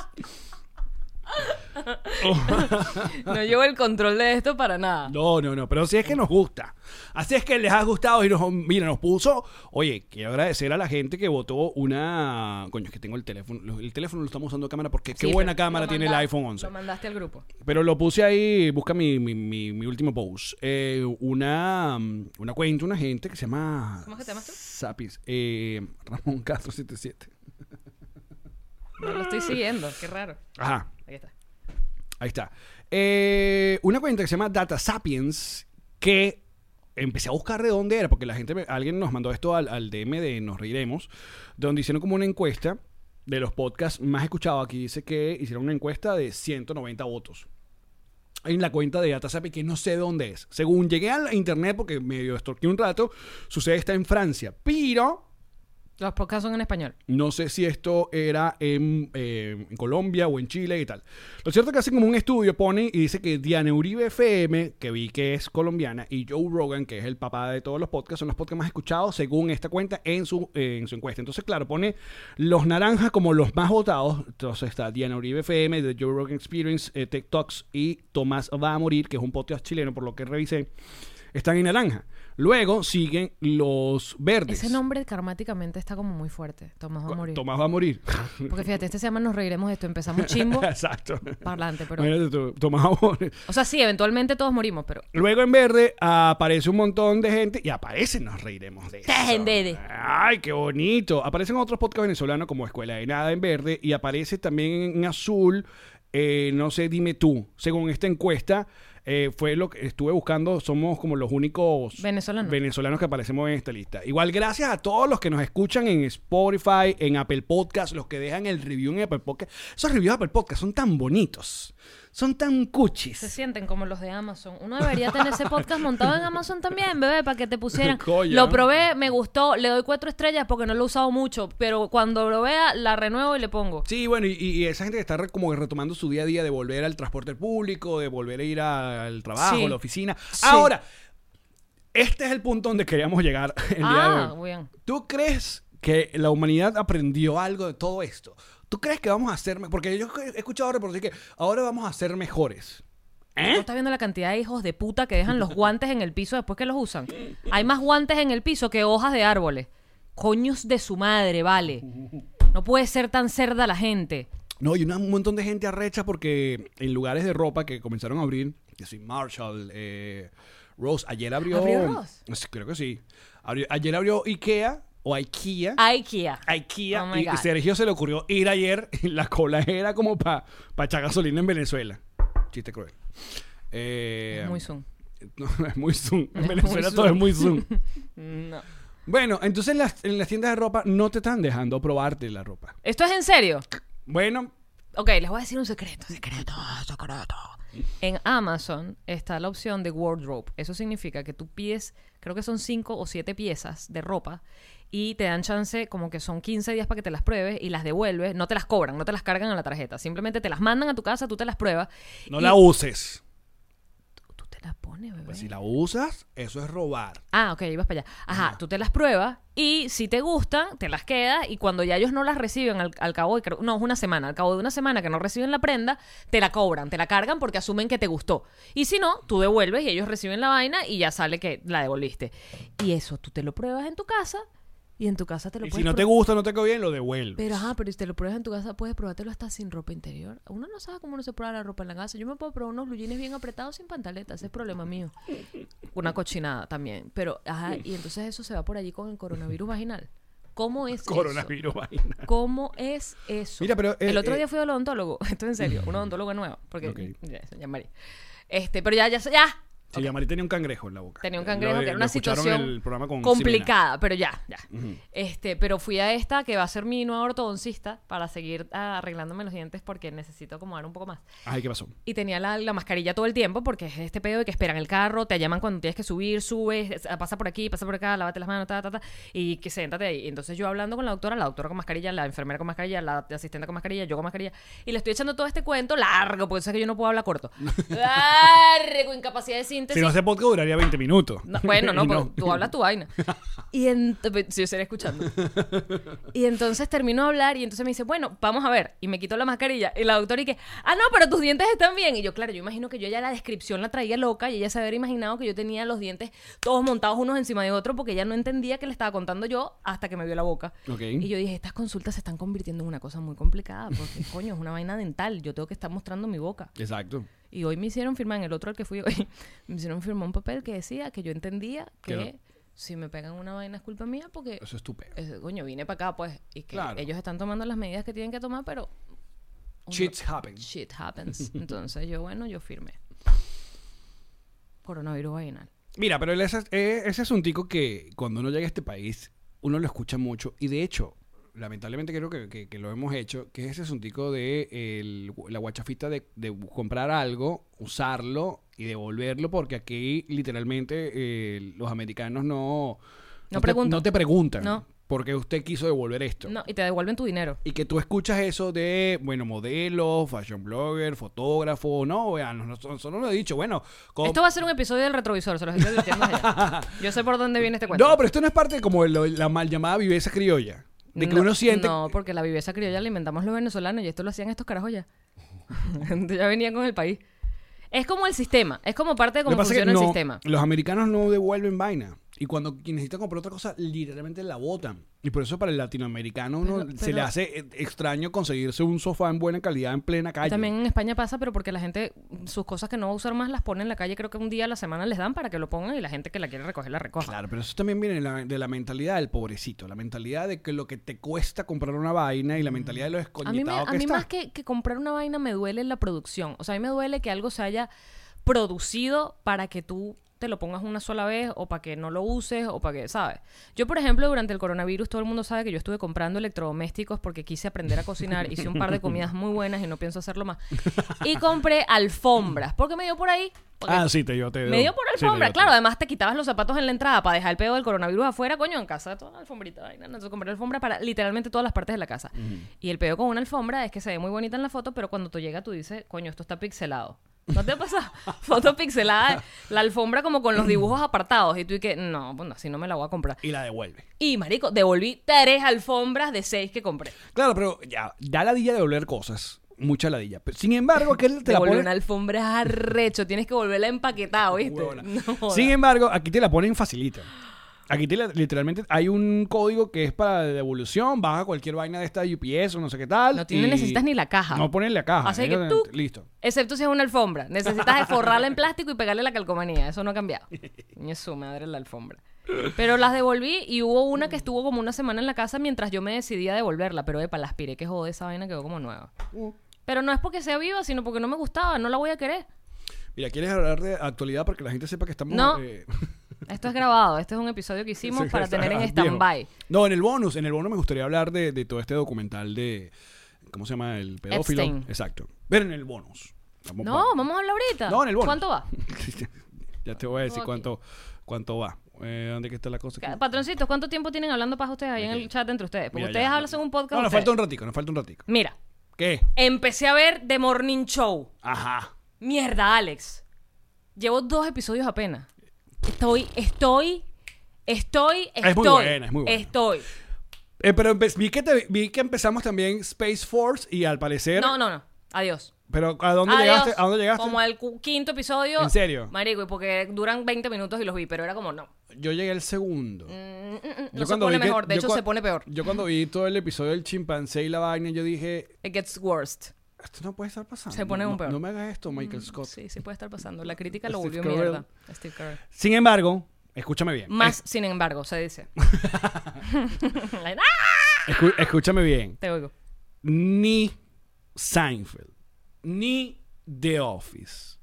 S2: No llevo el control de esto para nada.
S1: No, no, no, pero si es que nos gusta. Así es que les ha gustado y nos, mira, nos puso. Oye, quiero agradecer a la gente que votó una. Coño, es que tengo el teléfono. El teléfono lo estamos usando de cámara porque
S2: Sí,
S1: qué buena
S2: pero
S1: cámara
S2: lo
S1: tiene
S2: manda-
S1: el iPhone 11.
S2: Lo mandaste al grupo.
S1: Pero lo puse ahí, busca mi, mi, mi, mi último post. Eh, una, mm, una cuenta, una gente que se llama.
S2: ¿Cómo es que te llamas tú?
S1: Sapis. Eh, Ramón Castro 77.
S2: No lo estoy siguiendo, qué raro.
S1: Ajá,
S2: Aquí está.
S1: ahí está. Eh, una cuenta que se llama Data Sapiens que empecé a buscar de dónde era, porque la gente, me- alguien nos mandó esto al, al DM de Nos Reiremos, donde hicieron como una encuesta de los podcasts más escuchados. Aquí dice que hicieron una encuesta de 190 votos. en la cuenta de DataSap que no sé dónde es. Según llegué a la internet, porque medio estorqué un rato, sucede está en Francia. Pero
S2: Los podcasts son en español.
S1: No sé si esto era en, eh, en Colombia o en Chile y tal. Lo cierto es que hacen como un estudio, pone y dice que Diana Uribe FM, que vi que es colombiana, y Joe Rogan, que es el papá de todos los podcasts, son los podcasts más escuchados según esta cuenta en su, eh, en su encuesta. Entonces, claro, pone los naranjas como los más votados. Entonces está Diana Uribe FM, The Joe Rogan Experience, eh, Tech Talks y Tomás va a morir, que es un podcast chileno, por lo que revisé, están en naranja. Luego siguen los verdes.
S2: Ese nombre karmáticamente está como muy fuerte. Tomás va a
S1: Cu-
S2: morir.
S1: Tomás va a morir.
S2: Porque fíjate, este se llama Nos reiremos de esto. Empezamos chimbo
S1: Exacto.
S2: para adelante, pero...
S1: Imagínate tú, Tomás va a morir.
S2: O sea, sí, eventualmente todos morimos, pero...
S1: Luego en verde aparece un montón de gente y aparecen, nos reiremos de eso.
S2: gente.
S1: Ay, qué bonito. Aparecen otros podcasts venezolanos como Escuela de Nada en verde y aparece también en azul, eh, no sé, dime tú. Según esta encuesta, eh, fue lo que estuve buscando, somos como los únicos
S2: Venezolanos.
S1: venezolanos que aparecemos en esta lista. Igual gracias a todos los que nos escuchan en Spotify, en Apple Podcast, los que dejan el review en Apple Podcast. Esos reviews de Apple Podcast son tan bonitos, son tan cuchis.
S2: Se sienten como los de Amazon. Uno debería tener ese podcast montado en Amazon también, bebé, para que te pusieran.
S1: Coño.
S2: Lo probé, me gustó, le doy cuatro estrellas porque no lo he usado mucho, pero cuando lo vea, la renuevo y le pongo.
S1: Sí, bueno, y, y esa gente que está re- como retomando su día a día de volver al transporte público, de volver a ir a- al trabajo,
S2: Sí.
S1: a la oficina.
S2: Sí.
S1: Ahora, este es el punto donde queríamos llegar el día
S2: ah,
S1: de hoy.
S2: muy bien.
S1: ¿Tú crees que la humanidad aprendió algo de todo esto? ¿Tú crees que vamos a ser me- Porque yo he escuchado reportes que ahora vamos a ser mejores. ¿Eh?
S2: ¿Tú estás viendo la cantidad de hijos de puta que dejan los guantes en el piso después que los usan? Hay más guantes en el piso que hojas de árboles. Coños de su madre, vale. No puede ser tan cerda la gente.
S1: No, y una- un montón de gente arrecha porque en lugares de ropa que comenzaron a abrir, que soy Marshall, eh, Rose, ayer abrió.
S2: ¿Abrió Rose?
S1: Sí, creo que sí. Abrió- ayer abrió IKEA o IKEA.
S2: IKEA.
S1: IKEA.
S2: Ah. Oh my
S1: y
S2: God.
S1: Sergio se le ocurrió ir ayer y la cola era como para pa echar gasolina en Venezuela. Chiste cruel. Eh,
S2: Es Muy zoom.
S1: no, es muy zoom. En
S2: Es
S1: Venezuela
S2: muy
S1: todo
S2: zoom.
S1: es muy zoom.
S2: No.
S1: bueno, entonces en las, en las tiendas de ropa no te están dejando probarte la ropa.
S2: ¿Esto es en serio?
S1: Bueno,
S2: Ok, les voy a decir un secreto, secreto, secreto. En Amazon está la opción de wardrobe. Eso significa que tú pides, creo que son cinco o siete piezas de ropa y te dan chance como que son 15 días para que te las pruebes y las devuelves. No te las cobran, no te las cargan a la tarjeta. Simplemente te las mandan a tu casa, tú te las pruebas.
S1: no
S2: y
S1: la uses.
S2: Tú te las pones, bebé.
S1: Pues si la usas, eso es robar.
S2: Ah, ok, ibas para allá. Ajá, tú te las pruebas y si te gustan, te las quedas y cuando ya ellos no las reciben al, al cabo de, creo- no, es una semana, al cabo de una semana que no reciben la prenda, te la cobran, te la cargan porque asumen que te gustó. Y si no, tú devuelves y ellos reciben la vaina y ya sale que la devolviste. Y eso tú te lo pruebas en tu casa y en tu casa te lo
S1: Y si
S2: puedes
S1: no te
S2: probar.
S1: gusta, no te quedó bien, lo devuelves.
S2: Pero ajá, pero si te lo pruebas en tu casa, puedes probártelo hasta sin ropa interior. Uno no sabe cómo no se prueba la ropa en la casa. Yo me puedo probar unos blue jeans bien apretados sin pantaletas, ese es problema mío. Una cochinada también. Pero ajá, y entonces eso se va por allí con el coronavirus vaginal. ¿Cómo es pues, eso?
S1: Coronavirus, vaina.
S2: ¿Cómo es eso?
S1: Mira, pero, eh,
S2: el otro
S1: eh,
S2: día fui al odontólogo, esto en serio, un odontólogo nuevo, porque
S1: Ok.
S2: ya, ya María. Este, pero ya ya ya
S1: Sí, ya Mari tenía un cangrejo en la boca.
S2: Tenía un
S1: Lo-
S2: cangrejo que era
S1: lo
S2: una
S1: escucharon
S2: situación
S1: en el programa con
S2: complicada, pero ya, ya. Este, pero fui a esta que va a ser mi nueva ortodoncista para seguir ah, arreglándome los dientes porque necesito acomodar un poco más.
S1: Ximena. Ay, ¿qué pasó?
S2: Y tenía la, la mascarilla todo el tiempo porque es este pedo de que esperan el carro, te llaman cuando tienes que subir, subes, es- ah, pasa por aquí, pasa por acá, lávate las manos, ta, ta, ta, y que siéntate ahí. Y Entonces yo hablando con la doctora, la doctora con mascarilla, la enfermera con mascarilla, la asistente con mascarilla, yo con mascarilla, y le estoy echando todo este cuento largo, porque sé que yo no puedo hablar corto. largo, incapacidad de síntesis.
S1: Si no hace podcast duraría 20 minutos.
S2: No, bueno, no,
S1: Y
S2: pero tú hablas tu vaina. Y en- si yo estaría escuchando. Y entonces termino de hablar y entonces me dice, bueno, vamos a ver. Y me quito la mascarilla. Y la doctora y que, ah, no, pero tus dientes están bien. Y yo, claro, yo imagino que yo ya la descripción la traía loca y ella se había imaginado que yo tenía los dientes todos montados unos encima de otro porque ella no entendía que le estaba contando yo hasta que me vio la boca.
S1: Ok.
S2: Y yo dije, estas consultas se están convirtiendo en una cosa muy complicada porque, coño, es una vaina dental. Yo tengo que estar mostrando mi boca.
S1: Exacto.
S2: Y hoy me hicieron firmar, en el otro al que fui hoy, me hicieron firmar un papel que decía que yo entendía que
S1: Que no.
S2: si me pegan una vaina es culpa mía porque,
S1: Eso es tu peo.
S2: eh, coño, vine para acá, pues, y que
S1: Claro.
S2: ellos están tomando las medidas que tienen que tomar, pero... uno-
S1: Shit happens.
S2: Shit happens. Entonces yo, bueno, yo firmé. Coronavirus vaginal.
S1: Mira, pero ese, es- eh, ese asuntico que cuando uno llega a este país, uno lo escucha mucho. Y de hecho, lamentablemente creo que, que- que lo hemos hecho, que es ese asuntico de el- la guachafita de, de comprar algo, usarlo y devolverlo, porque aquí literalmente eh, los americanos no...
S2: No
S1: te,
S2: preguntan.
S1: no te preguntan.
S2: No.
S1: porque usted quiso devolver esto.
S2: No, y te devuelven tu dinero.
S1: Y que tú escuchas eso de, bueno, modelo, fashion blogger, fotógrafo, no, vean, nosotros no lo he dicho, bueno, com-
S2: Esto va a ser un episodio del retrovisor, se los estoy advirtiendo desde ya. Yo sé por dónde viene este cuento.
S1: no, pero esto no es parte como de lo- la mal llamada viveza criolla, de que
S2: No,
S1: uno siente...
S2: No, porque la viveza criolla la inventamos los venezolanos y esto lo hacían estos carajos ya. Entonces ya venían con el país. Es como el sistema, es como parte de
S1: Lo que
S2: cómo
S1: pasa es que
S2: funciona el
S1: no-
S2: sistema.
S1: Los americanos no devuelven vaina. Y cuando necesitan comprar otra cosa, literalmente la botan. Y por eso para el latinoamericano uno
S2: Pero-
S1: se
S2: pero-
S1: le hace eh, extraño conseguirse un sofá en buena calidad en plena calle.
S2: También en España pasa, pero porque la gente sus cosas que no va a usar más las pone en la calle, creo que un día a la semana les dan para que lo pongan y la gente que la quiere recoger la recoja.
S1: Claro, pero eso también viene de la, de la mentalidad del pobrecito, la mentalidad de que lo que te cuesta comprar una vaina y la mentalidad de lo
S2: A mí, me-
S1: desconectado
S2: a
S1: que
S2: mí
S1: está.
S2: más que, que comprar una vaina me duele la producción. O sea, a mí me duele que algo se haya producido para que tú te lo pongas una sola vez o para que no lo uses o para que, ¿sabes? Yo, por ejemplo, durante el coronavirus todo el mundo sabe que yo estuve comprando electrodomésticos porque quise aprender a cocinar. Hice un par de comidas muy buenas y no pienso hacerlo más. Y compré alfombras porque me dio por ahí. porque
S1: Ah, sí, te dio, te
S2: me dio por
S1: Sí, te
S2: alfombra,
S1: dio, te
S2: claro.
S1: dio.
S2: Además, te quitabas los zapatos en la entrada para dejar el pedo del coronavirus afuera, coño, en casa, toda la alfombrita. Vaina. Entonces compré alfombra para literalmente todas las partes de la casa. Y el pedo con una alfombra es que se ve muy bonita en la foto, pero cuando tú llegas, tú dices, coño, esto está pixelado. ¿No te pasa? foto pixelada, la alfombra como con los dibujos apartados. Y tú y que, no, bueno, así no me la voy a comprar.
S1: Y la devuelve.
S2: Y marico, devolví tres alfombras de seis que compré.
S1: Claro, pero ya, da ladilla de devolver cosas. Mucha ladilla. Pero, sin embargo, aquel te la
S2: Devolví
S1: pone...
S2: una alfombra arrecho, tienes que volverla empaquetada, ¿viste?
S1: Huevona.
S2: No jodas.
S1: Sin embargo, aquí te la ponen facilita. Aquí te la- literalmente hay un código que es para devolución, baja cualquier vaina de esta UPS o no sé qué tal.
S2: No tiene-
S1: y
S2: necesitas ni la caja.
S1: No ponen la caja.
S2: Así que
S1: Ellos-
S2: tú-
S1: Listo.
S2: Excepto si es una alfombra. Necesitas forrarla en plástico y pegarle la calcomanía. Eso no ha cambiado. Ni su madre la alfombra. Pero las devolví y hubo una que estuvo como una semana en la casa mientras yo me decidía a devolverla. Pero epa, la aspiré que jode esa vaina quedó como nueva.
S1: Mm.
S2: Pero no es porque sea viva, sino porque no me gustaba. No la voy a querer.
S1: Mira, ¿quieres hablar de actualidad para que la gente sepa que estamos...
S2: No.
S1: eh,
S2: Esto es grabado. Este es un episodio que hicimos para tener en
S1: viejo?
S2: stand-by.
S1: No, en el bonus. En el bonus me gustaría hablar de, de todo este documental de... ¿Cómo se llama? El pedófilo.
S2: Epstein.
S1: Exacto. Pero en el bonus. Vamos-
S2: No, vamos a hablar ahorita.
S1: No, en el bonus.
S2: ¿Cuánto va?
S1: ya te voy a decir
S2: Ok.
S1: cuánto, cuánto va. Eh, ¿Dónde que está la cosa?
S2: Ca- Patroncitos, ¿cuánto tiempo tienen hablando para ustedes ahí en el
S1: Ok.
S2: chat entre ustedes? Porque
S1: Mira,
S2: ustedes
S1: ya.
S2: hablan son un podcast.
S1: No, nos
S2: ustedes.
S1: falta un ratico, nos falta un ratico.
S2: Mira,
S1: ¿Qué?
S2: empecé a ver The Morning Show.
S1: Ajá.
S2: Mierda, Alex. Llevo dos episodios apenas. Estoy, estoy, estoy, estoy.
S1: Es muy buena, es muy buena.
S2: Estoy.
S1: Eh, pero empe- vi, que te- vi que empezamos también Space Force y al parecer.
S2: No, no, no. Adiós.
S1: Pero ¿a dónde
S2: Adiós.
S1: llegaste? ¿A dónde llegaste?
S2: Como al cu- quinto episodio.
S1: ¿En serio?
S2: Marico, y porque duran 20 minutos y los vi, pero era como no.
S1: Yo llegué al segundo.
S2: Mm, mm, mm,
S1: Yo
S2: no se
S1: cuando
S2: pone
S1: vi que-
S2: mejor, de
S1: yo
S2: hecho
S1: cua-
S2: se pone peor.
S1: Yo cuando vi todo el episodio del chimpancé y la vaina, yo dije,
S2: It gets worst.
S1: esto no puede estar pasando.
S2: Se pone
S1: no,
S2: aún peor. Mm,
S1: No me hagas esto, Michael Scott.
S2: Sí, sí puede estar pasando. La crítica lo
S1: Steve
S2: volvió
S1: Carell.
S2: mierda. Steve Carell.
S1: Sin embargo, escúchame bien.
S2: Más, sin embargo, se dice. Like, ¡ah!
S1: Es- escu- escúchame bien.
S2: Te oigo.
S1: Ni Seinfeld, ni The Office,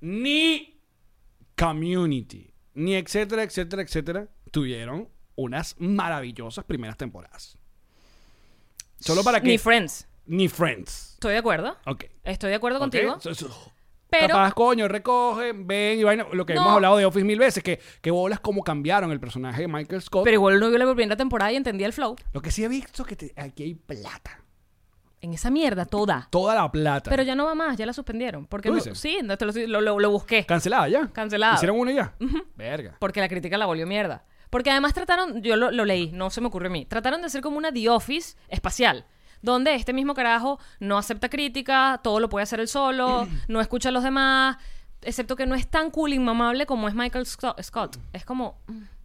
S1: ni Community, ni etcétera, etcétera, etcétera, tuvieron unas maravillosas primeras temporadas. Solo para que.
S2: Ni Friends.
S1: ni Friends.
S2: Estoy de acuerdo.
S1: Ok.
S2: Estoy de acuerdo contigo.
S1: Ok, so- so-
S2: Pero-
S1: Capaz, coño, recogen, ven y vaina. Lo que
S2: No.
S1: hemos hablado de Office mil veces, que, que bolas cómo cambiaron el personaje de Michael Scott.
S2: Pero igual no vio la primera temporada y entendía el flow.
S1: Lo que sí he visto es que te- aquí hay plata.
S2: En esa mierda toda.
S1: Toda la plata.
S2: Pero ya no va más, ya la suspendieron. Porque
S1: ¿Tú
S2: no-
S1: dices?
S2: sí, no, te lo, estoy- lo- lo- lo busqué.
S1: Cancelada ya.
S2: Cancelada.
S1: Hicieron una y ya. Verga.
S2: Porque la crítica la volvió mierda. Porque además trataron, yo lo, lo leí, no se me ocurrió a mí, trataron de hacer como una The Office espacial. Donde este mismo carajo no acepta crítica, todo lo puede hacer él solo, no escucha a los demás, excepto que no es tan cool inmamable como es Michael Sco- Scott. Es como,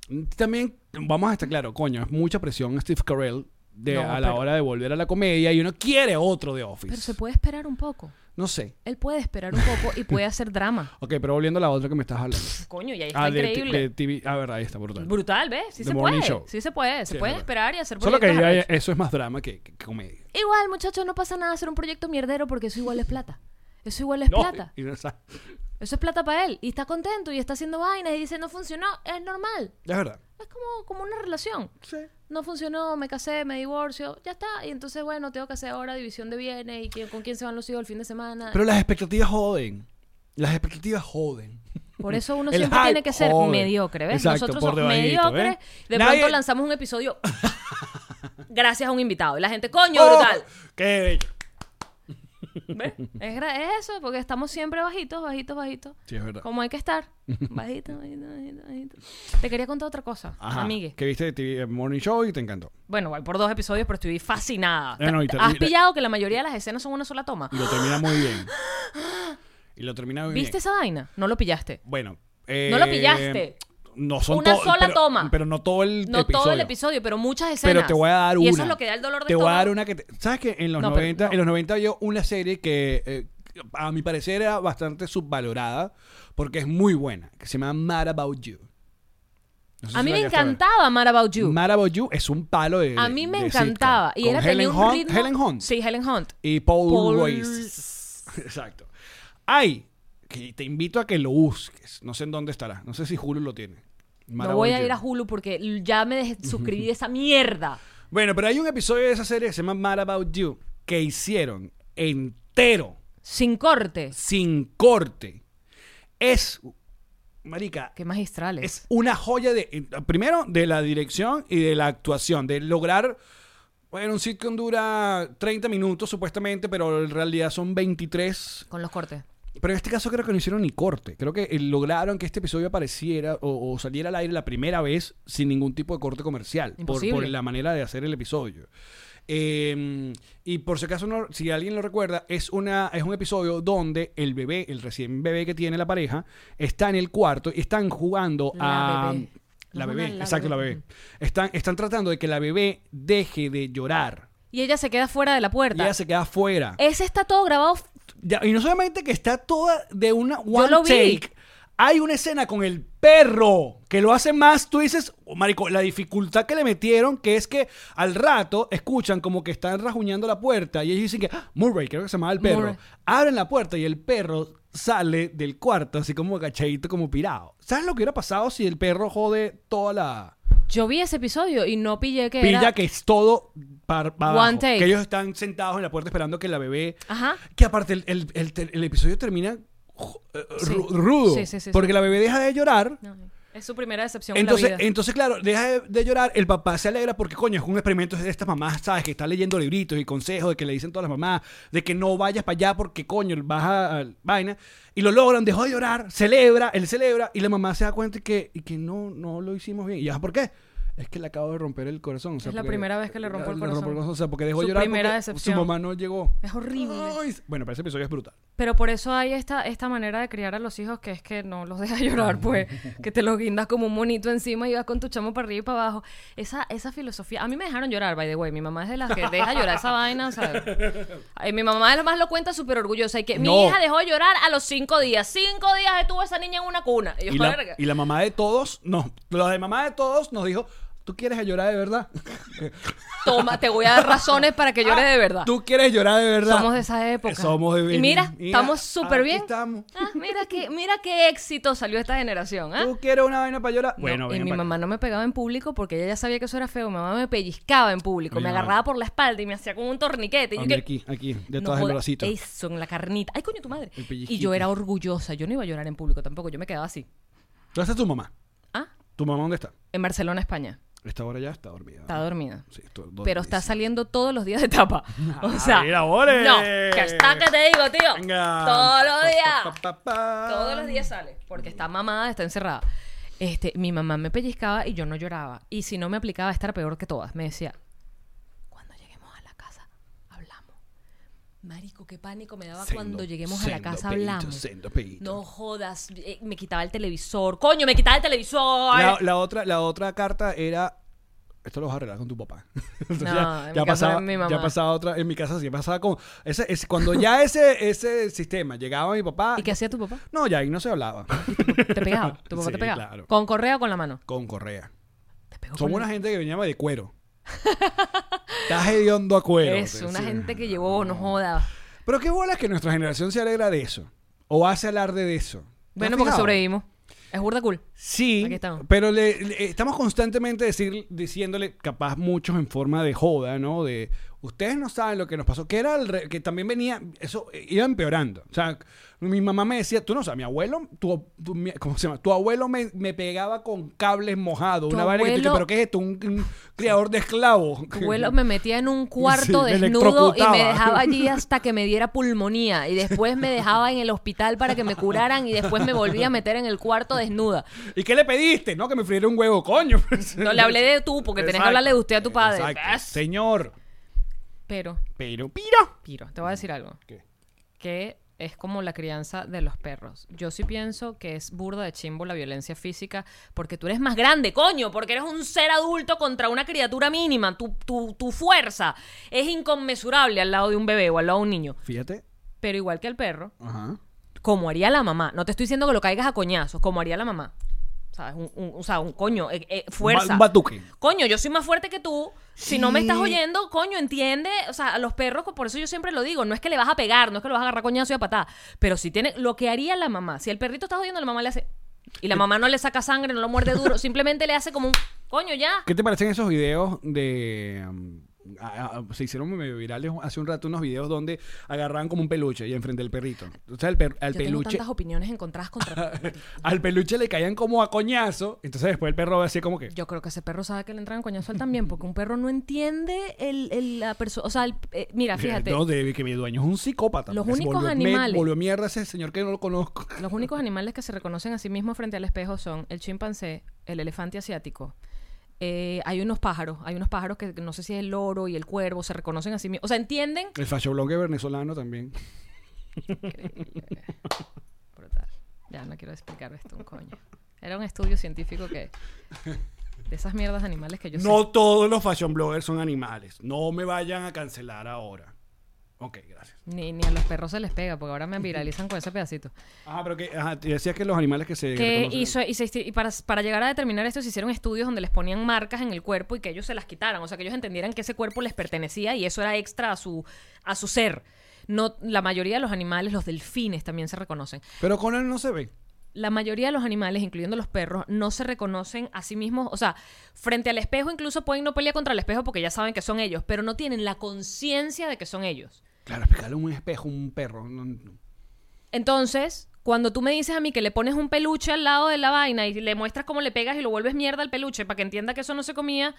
S2: mm,
S1: También, vamos a estar claro, coño, es mucha presión Steve Carell de,
S2: No,
S1: a la
S2: pero-
S1: hora de volver a la comedia y uno quiere otro de Office.
S2: pero se puede esperar un poco.
S1: No sé.
S2: Él puede esperar un poco y puede hacer drama.
S1: Ok, pero volviendo a la otra que me estás hablando.
S2: Coño, y ahí está
S1: Ah, de,
S2: increíble.
S1: de TV. Ah, verdad, ahí está brutal.
S2: Brutal, ¿ves? Sí
S1: The
S2: se
S1: Morning
S2: puede.
S1: Show.
S2: Sí se puede.
S1: Sí,
S2: Se
S1: es
S2: pueden
S1: verdad.
S2: esperar y hacer
S1: Solo que
S2: proyectos
S1: ya-
S2: arrechos.
S1: eso es más drama que, que comedia.
S2: Igual, muchachos, no pasa nada hacer un proyecto mierdero porque eso igual es plata. Eso igual es
S1: No,
S2: plata.
S1: y- y- o sea,
S2: Eso es plata para él. Y está contento y está haciendo vainas y dice, no funcionó. Es normal.
S1: es verdad.
S2: Es como, como una relación.
S1: Sí.
S2: No funcionó, me casé, me divorcio, ya está. Y entonces, bueno, tengo que hacer ahora división de bienes y quién- con quién se van los hijos el fin de semana.
S1: Pero las expectativas joden. Las expectativas joden.
S2: Por eso uno
S1: El
S2: siempre
S1: hype
S2: tiene que ser
S1: jode.
S2: mediocre, ¿ves?
S1: Exacto,
S2: Nosotros
S1: por
S2: somos
S1: debajito,
S2: mediocres.
S1: ¿ves?
S2: De
S1: Nadie-
S2: pronto lanzamos un episodio gracias a un invitado. Y la gente, coño, brutal.
S1: ¡Oh! ¡Qué bello!
S2: ¿Ves? Es, gra- es eso, porque estamos siempre bajitos, bajitos, bajitos.
S1: Sí, es verdad.
S2: Como hay que estar. Bajito, bajito, bajito, bajito. Te quería contar otra cosa,
S1: Ajá.
S2: amigue.
S1: Que viste de TV Morning Show y te encantó.
S2: Bueno, voy por dos episodios, pero estoy fascinada.
S1: No, no, y te-
S2: ¿Has
S1: y-
S2: pillado que la mayoría de las escenas son una sola toma?
S1: Y lo termina muy bien. Y lo termina muy
S2: ¿Viste
S1: bien.
S2: esa vaina? No lo pillaste.
S1: Bueno.
S2: No lo
S1: eh,
S2: pillaste.
S1: No son
S2: Una
S1: to-
S2: sola
S1: pero-
S2: toma.
S1: Pero no todo el
S2: No
S1: episodio.
S2: todo el episodio, pero muchas escenas.
S1: Pero te voy a dar una.
S2: Y eso es lo que da el dolor de
S1: Te voy a dar
S2: estómago.
S1: una que... te- ¿Sabes que en los
S2: No, pero
S1: 90,
S2: no.
S1: en los 90 había una serie que eh, a mi parecer era bastante subvalorada porque es muy buena, que se llama Mad About You. No sé
S2: A
S1: si
S2: mí
S1: la
S2: me
S1: llegaste a ver.
S2: encantaba Mad About You.
S1: Mad About You es un palo de
S2: a mí me
S1: de
S2: encantaba.
S1: sitcom.
S2: y era
S1: Con
S2: tenía
S1: Helen
S2: un
S1: Hunt,
S2: ritmo.
S1: Helen Hunt
S2: Sí, Helen Hunt.
S1: y Paul,
S2: Paul-
S1: Royce. Exacto. Hay, que te invito a que lo busques. No sé en dónde estará. No sé si Hulu lo tiene. Mad
S2: no voy
S1: About
S2: a ir
S1: You.
S2: a Hulu porque ya me dejé suscribí de esa mierda.
S1: Bueno, pero hay un episodio de esa serie que se llama Mad About You que hicieron entero,
S2: Sin corte.
S1: sin corte. Es, marica,
S2: Qué magistrales.
S1: es una joya de, primero, de la dirección y de la actuación, de lograr... Bueno, un sitcom dura 30 minutos supuestamente, pero en realidad son 23
S2: Con los cortes.
S1: Pero en este caso creo que no hicieron ni corte. Creo que eh, lograron que este episodio apareciera o, o saliera al aire la primera vez sin ningún tipo de corte comercial. Por,
S2: Imposible.
S1: por la manera de hacer el episodio. Eh, y por si acaso, no- si alguien lo recuerda, es, una, es un episodio donde el bebé, el recién bebé que tiene la pareja, está en el cuarto y están jugando
S2: La
S1: a...
S2: bebé.
S1: La
S2: No,
S1: bebé,
S2: una la
S1: exacto, la
S2: bebé.
S1: bebé. Están, están tratando de que la bebé deje de llorar.
S2: Y ella se queda fuera de la
S1: Y
S2: puerta.
S1: ella se queda afuera.
S2: Ese está todo grabado. f-
S1: Ya, y no solamente que está toda de una one
S2: lo vi.
S1: take. Hay una escena con el perro que lo hace más. Tú dices, oh, marico, la dificultad que le metieron, que es que al rato escuchan como que están rajuñando la puerta y ellos dicen que "Ah, Murray, creo que se llamaba el perro.
S2: Murray.
S1: Abren la puerta y el perro sale del cuarto así como agachadito, como pirado. ¿Sabes lo que hubiera pasado si el perro jode toda la
S2: Yo vi ese episodio y no pillé que
S1: pilla
S2: era.
S1: que es todo para
S2: One take.
S1: Que ellos están sentados en la puerta esperando que la bebé
S2: Ajá.
S1: que aparte el, el- el ter- el episodio termina ju- eh,
S2: Sí.
S1: ru- rudo.
S2: Sí, sí, sí,
S1: porque
S2: sí.
S1: la bebé deja de llorar.
S2: No, es su primera decepción
S1: Entonces,
S2: en la vida.
S1: entonces, claro, deja de, de llorar. El papá se alegra porque, coño, es un experimento de estas mamás, ¿sabes? Que está leyendo libritos y consejos de que le dicen todas las mamás, de que no vayas para allá porque, coño, vas a, a- vaina. Y lo logran, dejó de llorar, celebra, él celebra. Y la mamá se da cuenta y que, y que no, no lo hicimos bien. ¿Y ya por qué? Es que le acabo de romper el corazón. o sea,
S2: Es la
S1: porque-
S2: primera vez que le rompo el corazón.
S1: O sea, porque dejó
S2: Su
S1: de llorar
S2: primera
S1: porque
S2: decepción.
S1: su mamá no llegó.
S2: Es horrible.
S1: Ay, bueno, pero ese episodio es brutal.
S2: Pero por eso hay esta, esta manera de criar a los hijos que es que no los dejas
S1: Ah.
S2: llorar, pues, que te los guindas como un monito encima y vas con tu chamo para arriba y para abajo. Esa, esa filosofía. A mí me dejaron llorar, by the way. Mi mamá es de las que deja llorar esa vaina, o sea. ay, mi mamá además lo cuenta súper orgullosa y que mi
S1: No.
S2: hija dejó de llorar a los cinco días. Cinco días estuvo esa niña en una cuna. Y yo,
S1: Y la,
S2: "Verga".
S1: y la mamá de todos, no, la de mamá de todos nos dijo, tú quieres llorar de verdad.
S2: Toma, te voy a dar razones para que llores de verdad.
S1: Ah, Tú quieres llorar de verdad.
S2: Ah. Somos de esa época.
S1: Somos de
S2: Y mira, estamos súper
S1: aquí
S2: bien.
S1: Estamos.
S2: Ah, mira qué, mira qué éxito salió esta generación, ¿ah?
S1: Tú quieres una vaina para llorar. bueno,
S2: No, y
S1: ven
S2: mi
S1: para acá.
S2: mamá no me pegaba en público porque ella ya sabía que eso era feo. Mi mamá me pellizcaba en público,
S1: Mi
S2: me
S1: mamá.
S2: agarraba por la espalda y me hacía como un torniquete. Y
S1: A
S2: yo
S1: mí
S2: que-
S1: aquí, aquí, de
S2: No
S1: todas el
S2: joda,
S1: bracito.
S2: Eso, en la carnita. Ay, coño, tu madre.
S1: El
S2: Y
S1: pellizquito.
S2: yo era orgullosa. Yo no iba a llorar en público tampoco. Yo me quedaba así.
S1: ¿Dónde está tu mamá?
S2: Ah,
S1: ¿Tu mamá dónde está?
S2: en Barcelona, España.
S1: Esta hora ya está dormida.
S2: Está dormida.
S1: Sí, está dormida.
S2: Pero está saliendo todos los días de tapa. O sea,
S1: Ah, mira, ole.
S2: no, que está que te digo, tío.
S1: Venga.
S2: Todos los
S1: Pa,
S2: días.
S1: pa, pa, pa.
S2: Todos los días sale, porque está mamada, está encerrada. Este, mi mamá me pellizcaba y yo no lloraba. Y si no me aplicaba, esta era peor que todas. Me decía, cuando lleguemos a la casa, hablamos. Marico, qué pánico me daba
S1: Sendo,
S2: cuando lleguemos a la
S1: sendo
S2: casa,
S1: peito,
S2: hablamos.
S1: sendo peito.
S2: No jodas, eh, me quitaba el televisor. Coño, me quitaba el televisor.
S1: La, la otra, la otra carta era. Esto lo vas a arreglar con tu papá. Entonces
S2: No,
S1: ya,
S2: en mi
S1: ya
S2: casa
S1: pasaba,
S2: es mi
S1: ya
S2: mamá.
S1: pasaba otra. En mi casa sí pasaba con. Ese, ese- cuando ya ese, ese sistema llegaba a mi papá.
S2: ¿Y qué hacía tu papá?
S1: No, ya ahí no se hablaba.
S2: Te pegaba, tu papá
S1: Sí,
S2: te pegaba.
S1: claro.
S2: ¿Con correa o con la mano?
S1: Con correa.
S2: Te pegó
S1: Somos
S2: con-
S1: una gente que venía de cuero. Estás hediondo a cuero.
S2: Es una
S1: Sí.
S2: gente que llevó, no jodas.
S1: Pero qué bola que nuestra generación se alegra de eso. O hace alarde de eso. ¿Te
S2: Bueno,
S1: has
S2: porque
S1: fijado?
S2: sobrevivimos. Es burda cool.
S1: Sí,
S2: Aquí estamos.
S1: pero le, le- estamos constantemente decir, diciéndole, capaz muchos en forma de joda, ¿no? De, Ustedes no saben lo que nos pasó, que era el re- que también venía, eso eh, iba empeorando. O sea, mi mamá me decía, tú no sabes, mi abuelo, tu, tu- mi- ¿cómo se llama? Tu abuelo me, me pegaba con cables mojados,
S2: Tu
S1: una vaina que tú dices,
S2: abuelo-
S1: pero ¿qué es esto? Un, un criador de esclavos.
S2: Tu abuelo me metía en un cuarto
S1: Sí, me
S2: desnudo y me
S1: electrocutaba.
S2: dejaba allí hasta que me diera pulmonía. Y después me dejaba en el hospital para que me curaran y después me volvía a meter en el cuarto desnuda.
S1: ¿Y qué le pediste? No, que me friera un huevo, coño.
S2: No le hablé de tú, porque tenés que
S1: Exacto.
S2: hablarle de usted a tu padre.
S1: Exacto.
S2: ¿Ves?
S1: Señor.
S2: Pero,
S1: Pero, pira.
S2: Piro, te voy a decir algo.
S1: ¿Qué?
S2: Que es como la crianza de los perros. Yo sí pienso que es burda de chimbo la violencia física porque tú eres más grande, coño, porque eres un ser adulto contra una criatura mínima. Tu, tu, tu fuerza es inconmensurable al lado de un bebé o al lado de un niño.
S1: Fíjate.
S2: Pero igual que el perro,
S1: Ajá.
S2: como haría la mamá. No te estoy diciendo que lo caigas a coñazos, como haría la mamá. ¿Sabes? Un, un- o sea, un coño, eh, eh,
S1: Un
S2: fuerza.
S1: ba- un batuque.
S2: Coño, yo soy más fuerte que tú. Si no me estás
S1: Sí.
S2: oyendo, coño, entiende. O sea, a los perros, por eso yo siempre lo digo, no es que le vas a pegar, no es que lo vas a agarrar a coñazo y a patada. Pero si tiene lo que haría la mamá, si el perrito está jodiendo, la mamá le hace. Y la mamá no le saca sangre, no lo muerde duro, simplemente le hace como un. Coño, ya.
S1: ¿Qué te parecen esos videos de... um, a- a- se hicieron medio virales hace un rato unos videos donde agarraban como un peluche y enfrente del perrito. O sea, al, per- al
S2: yo tengo
S1: peluche...
S2: tantas opiniones encontradas contra.
S1: Al peluche le caían como a coñazo. Entonces después el perro así como que...
S2: Yo creo que ese perro sabe que le entran coñazo a él también, porque un perro no entiende el, el- la persona. O sea, el- eh, mira, fíjate.
S1: No, de que mi dueño es un psicópata.
S2: Los
S1: porque se
S2: únicos
S1: volvió- me
S2: animales-
S1: volvió mierda ese señor que no lo conozco.
S2: Los únicos animales que se reconocen a sí mismos frente al espejo son el chimpancé, el elefante asiático. eh, hay unos pájaros, hay unos pájaros que no sé si es el loro y el cuervo se reconocen a sí mismos. O sea, entienden.
S1: El fashionblogger venezolano también.
S2: Brutal. Ya no quiero explicar esto, un coño. Era un estudio científico que. De esas mierdas de animales que yo sé.
S1: No todos los fashion bloggers son animales. No me vayan a cancelar ahora. Ok, gracias.
S2: Ni, ni a los perros se les pega, porque ahora me viralizan con ese pedacito.
S1: Ajá, pero que ajá, te decías que los animales que se
S2: que
S1: reconocen-
S2: hizo, y, se histi- y para, para llegar a determinar esto se hicieron estudios donde les ponían marcas en el cuerpo y que ellos se las quitaran, o sea, que ellos entendieran que ese cuerpo les pertenecía y eso era extra a su, a su ser. No, la mayoría de los animales, los delfines también se reconocen.
S1: Pero con él no se ve.
S2: La mayoría de los animales, incluyendo los perros, no se reconocen a sí mismos. O sea, frente al espejo incluso pueden no pelear contra el espejo porque ya saben que son ellos, pero no tienen la conciencia de que son ellos.
S1: Claro, explicarle un espejo, un perro. no- no.
S2: Entonces, cuando tú me dices a mí que le pones un peluche al lado de la vaina y le muestras cómo le pegas y lo vuelves mierda al peluche para que entienda que eso no se comía,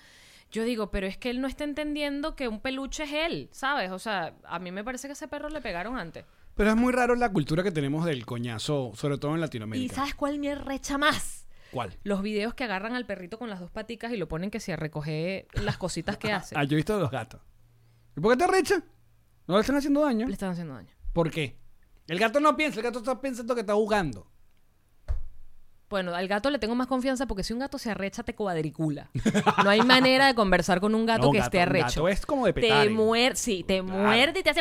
S2: yo digo, pero es que él no está entendiendo que un peluche es él, ¿sabes? O sea, a mí me parece que a ese perro le pegaron antes.
S1: Pero es muy raro la cultura que tenemos del coñazo, sobre todo en
S2: ¿Y
S1: Latinoamérica.
S2: sabes cuál me recha más?
S1: ¿Cuál?
S2: Los videos que agarran al perrito con las dos paticas y lo ponen que se recoge las cositas que hace.
S1: Ah, yo he visto de los gatos. ¿Y por qué te recha? No le están haciendo daño.
S2: Le están haciendo daño.
S1: ¿Por qué? El gato no piensa, el gato está pensando que está jugando.
S2: Bueno, al gato le tengo más confianza porque si un gato se arrecha, te cuadricula. No hay manera de conversar con un gato
S1: No,
S2: que esté
S1: gato-
S2: arrecho.
S1: gato es como de
S2: Te
S1: petare.
S2: muerde, sí, te
S1: Claro.
S2: muerde y te hace...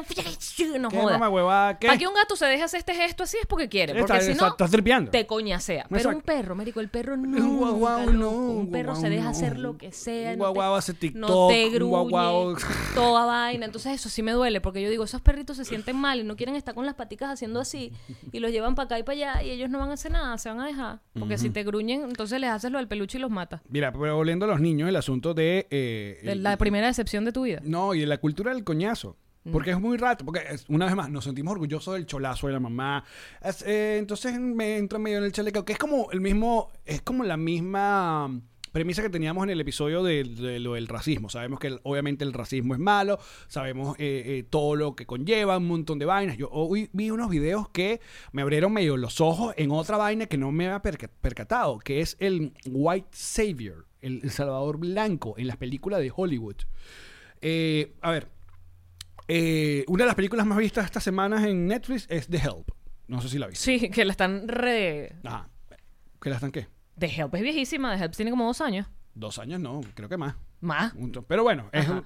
S2: No
S1: ¿Qué
S2: joda.
S1: mamá huevada? ¿Qué?
S2: Para que un gato se deje hacer este gesto así es porque quiere. Porque
S1: Está-
S2: si
S1: está-
S2: no,
S1: estás tripeando.
S2: te coñasea. Pero
S1: Exacto.
S2: un perro, marico, el perro
S1: Un
S2: nunca, loco,
S1: guaguao no,
S2: Un
S1: un
S2: perro
S1: guaguao
S2: se deja
S1: no.
S2: hacer lo que sea.
S1: Un
S2: no te-
S1: guaguao hace
S2: No
S1: TikTok,
S2: te
S1: un
S2: gruñe,
S1: guaguao-
S2: toda vaina. Entonces eso sí me duele porque yo digo, esos perritos se sienten mal y no quieren estar con las paticas haciendo así y los llevan para acá y para allá y ellos no van a hacer nada, se van a dejar. Porque si te gruñen, entonces les haces lo del peluche y los matas.
S1: Mira, pero volviendo a los niños, el asunto de... eh,
S2: De
S1: el-
S2: La primera decepción de tu vida.
S1: No, y de la cultura del coñazo. Porque es muy rato, porque es- una vez más nos sentimos orgullosos del cholazo de la mamá. Es, eh, entonces me entro medio en el chaleco, que es como el mismo, es como la misma mm, premisa que teníamos en el episodio de, de lo del racismo. Sabemos que el- obviamente el racismo es malo, sabemos eh, eh, todo lo que conlleva, un montón de vainas. Yo hoy vi unos videos que me abrieron medio los ojos en otra vaina que no me había perca- percatado, que es el White Savior, el, el Salvador Blanco en las películas de Hollywood. Eh, a ver, eh, una de las películas más vistas estas semanas en Netflix es The Help. No sé si la viste.
S2: Sí, que la están re...
S1: Ajá. ¿Que la están qué?
S2: The Help es viejísima, The Help tiene como dos años.
S1: Dos años no, creo que más.
S2: Más.
S1: Un to- Pero bueno, es
S2: Ajá.
S1: un-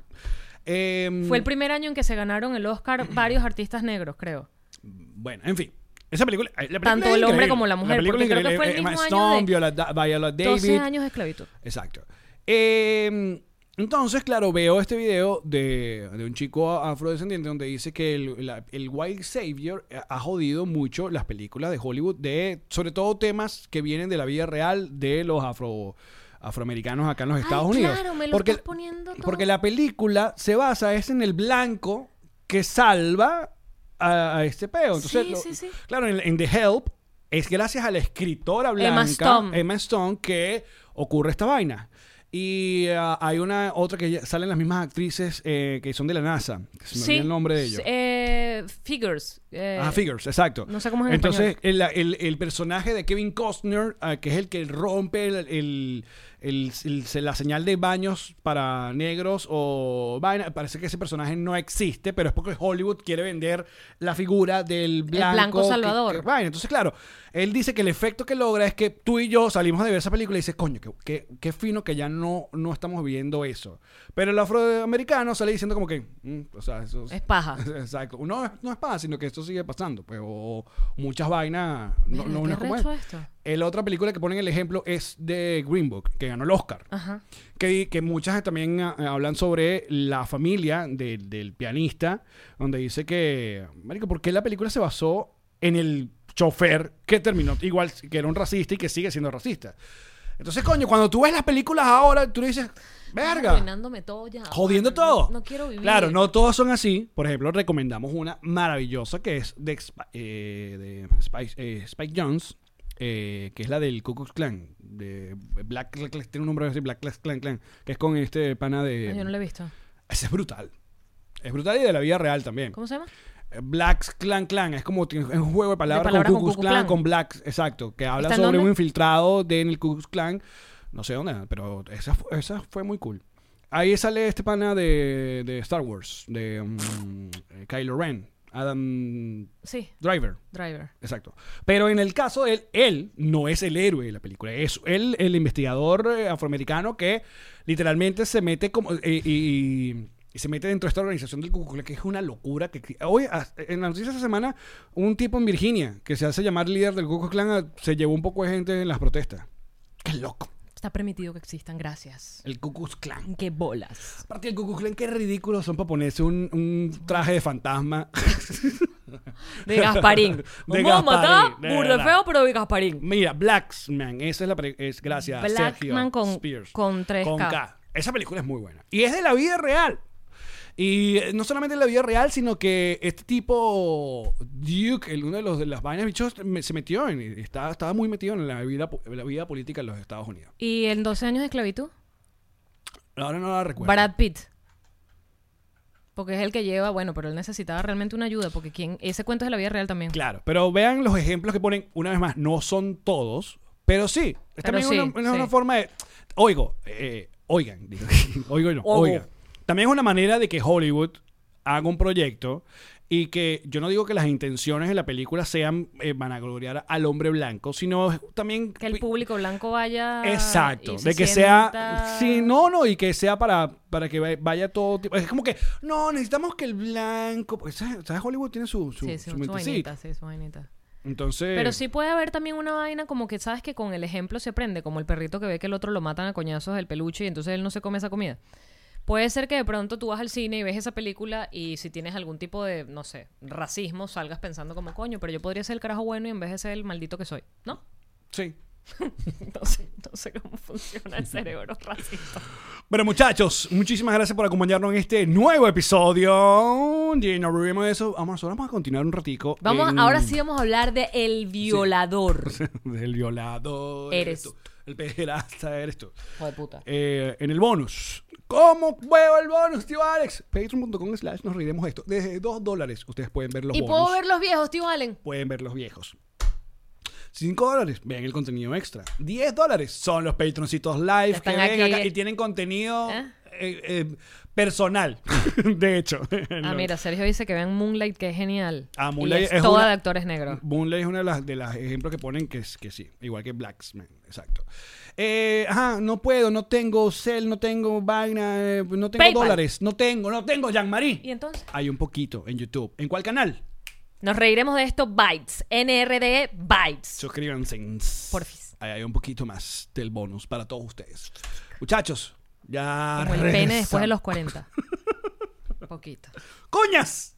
S1: em,
S2: Fue el primer año en que se ganaron el Oscar varios artistas negros, creo.
S1: Bueno, en fin. Esa película, eh, la película
S2: Tanto
S1: es
S2: el hombre
S1: increíble.
S2: como la mujer,
S1: película
S2: porque
S1: es
S2: creo que
S1: increíble.
S2: fue el
S1: Emma
S2: mismo año
S1: Stone,
S2: de-
S1: Viola, Da- Viola David.
S2: 12 años de esclavitud.
S1: Exacto. Eh, entonces, claro, veo este video de, de un chico afrodescendiente donde dice que el, la- el White Savior ha jodido mucho las películas de Hollywood, de sobre todo temas que vienen de la vida real de los afro afroamericanos acá en los
S2: Ay,
S1: Estados Unidos.
S2: claro, me lo estás poniendo todo.
S1: porque la película se basa es en el blanco que salva a, a este peo. Entonces,
S2: Sí,
S1: lo-
S2: sí, sí.
S1: claro, en, en The Help es gracias a la escritora blanca
S2: Emma Stone.
S1: Emma Stone, que ocurre esta vaina. Y ah, hay una otra que ya- salen las mismas actrices eh, que son de la NASA. que se me olvida el nombre de ellos.
S2: Eh, figures. eh,
S1: Ah, Figures, exacto.
S2: no sé cómo es en
S1: Entonces, el, el- el personaje de Kevin Costner, ah, que es el que rompe el, el- el- el- se- la señal de baños para negros o vaina, parece que ese personaje no existe, pero es porque Hollywood quiere vender la figura del blanco.
S2: blanco
S1: que-
S2: salvador.
S1: que- vaina. Entonces, claro, él dice que el efecto que logra es que tú y yo salimos de ver esa película y dices, coño, qué, qué- qué fino que ya no, no estamos viendo eso. Pero el afroamericano sale diciendo como que, "Mm, o sea, eso
S2: Es paja.
S1: Exacto. No, es- no es paz, sino que esto sigue pasando. Pues, o muchas vainas. No,
S2: Verga,
S1: no,
S2: qué
S1: no es como es.
S2: recho esto.
S1: La otra película que ponen el ejemplo es de Green Book, que ganó el Oscar.
S2: Ajá.
S1: Que, que muchas también ah, hablan sobre la familia de- del pianista, donde dice que, Marico, ¿por qué la película se basó en el chofer que terminó igual, que era un racista y que sigue siendo racista? Entonces, coño, cuando tú ves las películas ahora, tú dices, verga
S2: Arruinándome todo ya.
S1: jodiendo
S2: mano,
S1: todo.
S2: No, no quiero vivir.
S1: Claro, no todos son así. Por ejemplo, recomendamos una maravillosa que es de, Sp- eh, de Spice- eh, Spike Jones, eh, que es la del Ku Klux Klan. De Black, Clan- Clan- tiene un nombre así, Black Clan- Clan Clan, que es con este pana de...
S2: No, Yo no lo he visto.
S1: Ese es brutal. Es brutal y de la vida real también.
S2: ¿Cómo se llama?
S1: Black Clan Clan es como tiene- es un juego de palabras,
S2: palabras
S1: con
S2: con
S1: Ku Klux
S2: Ku Klux
S1: Klan,
S2: Klan.
S1: con Black, exacto, que habla
S2: ¿Está en
S1: sobre
S2: dónde?
S1: un infiltrado de en el Ku Klux Klan, no sé dónde, pero esa, fu- esa fue muy cool. Ahí sale este pana de, de Star Wars, de mm, eh, Kylo Ren, Adam
S2: Sí,
S1: Driver,
S2: Driver.
S1: exacto. Pero en el caso de él, él no es el héroe de la película, es él el investigador eh, afroamericano que literalmente se mete como eh, y, y- y se mete dentro de esta organización del Ku Klux Klan, que es una locura que hoy as- en la noticia esta semana un tipo en Virginia que se hace llamar líder del Ku Klux Klan a- se llevó un poco de gente en las protestas. Qué loco.
S2: Está permitido que existan, gracias.
S1: El Ku Klux Klan.
S2: Qué bolas.
S1: Aparte del Ku Klux Klan, qué ridículos son para ponerse un, un traje de fantasma.
S2: De Gasparín.
S1: De
S2: Vamos a matar,
S1: Gasparín, de
S2: burda de
S1: verdad.
S2: feo, pero de Gasparín.
S1: Mira, Blacksman, esa es la pre- es gracias Sergio
S2: Blackman con-
S1: Spears.
S2: con 3K.
S1: Con Esa película es muy buena y es de la vida real. Y eh, no solamente de la vida real, sino que este tipo Duke, el uno de los de las vainas bichos me- se metió en estaba, estaba muy metido en la vida po- en la vida política de los Estados Unidos.
S2: ¿Y en 12 años de esclavitud?
S1: Ahora no la recuerdo.
S2: Brad Pitt. Porque es el que lleva, bueno, pero él necesitaba realmente una ayuda, porque quien, ese cuento es de la vida real también.
S1: Claro, pero vean los ejemplos que ponen, una vez más, no son todos, pero sí. Es
S2: Pero
S1: también
S2: sí,
S1: una, una-
S2: sí.
S1: una forma de. Oigo, eh, oigan, digo, oigo no,
S2: Ogo.
S1: oigan. También es una manera de que Hollywood haga un proyecto y que yo no digo que las intenciones de la película sean eh, vanagloriar al hombre blanco, sino también
S2: Que el público blanco vaya.
S1: Exacto,
S2: y se
S1: de que sea,
S2: sienta-
S1: sí, no, no, y que sea para, para que vaya- vaya todo tipo. Es como que, no, necesitamos que el blanco, porque, ¿sabes? ¿sabes? Hollywood tiene su, su,
S2: Sí,
S1: su
S2: sí, su
S1: mentecita.
S2: vainita, sí, su vainita.
S1: Entonces,
S2: Pero sí puede haber también una vaina como que sabes que con el ejemplo se aprende, como el perrito que ve que el otro lo matan a coñazos del peluche y entonces él no se come esa comida. Puede ser que de pronto tú vas al cine y ves esa película y si tienes algún tipo de, no sé, racismo, salgas pensando como coño, pero yo podría ser el carajo bueno y en vez de ser el maldito que soy, ¿no?
S1: sí.
S2: No sé, no sé cómo funciona el cerebro racista.
S1: Bueno, muchachos, muchísimas gracias por acompañarnos en este nuevo episodio. Y nos volvemos de eso. Vamos, ahora vamos a continuar un ratico.
S2: Vamos,
S1: en-
S2: ahora sí vamos a hablar de el violador.
S1: Del violador.
S2: Eres
S1: tú. El pederasta eres tú.
S2: Hijo de puta.
S1: Eh, en el bonus. ¿Cómo veo el bonus, tío Alex? Patreon.com slash nos reiremos de esto. Desde 2 dólares ustedes pueden ver los
S2: Y
S1: bonus.
S2: puedo ver los viejos, tío Allen.
S1: Pueden ver los viejos. 5 dólares, ven el contenido extra. 10 dólares son los patroncitos live que
S2: Están
S1: ven
S2: aquí.
S1: acá y tienen contenido
S2: ¿Eh?
S1: eh, eh, personal, de hecho.
S2: Ah,
S1: No.
S2: mira, Sergio dice que vean Moonlight, que es genial.
S1: Ah,
S2: Y
S1: Moonlight
S2: es,
S1: es
S2: toda
S1: una-
S2: de actores negros.
S1: Moonlight es uno de los de las ejemplos que ponen que, es, que sí, igual que Blacksman, exacto. Eh, ajá, no puedo, no tengo cel, no tengo vaina, eh, no tengo
S2: PayPal.
S1: dólares, no tengo, no tengo, Jean-Marie.
S2: Y entonces.
S1: Hay un poquito en YouTube. ¿En cuál canal?
S2: Nos reiremos de esto, Bytes. NRD Bytes.
S1: Suscríbanse.
S2: Porfis.
S1: Ahí hay un poquito más del bonus para todos ustedes. Muchachos, ya
S2: Como el pene después de
S1: regresamos.
S2: los 40. Poquito.
S1: ¡Coñas!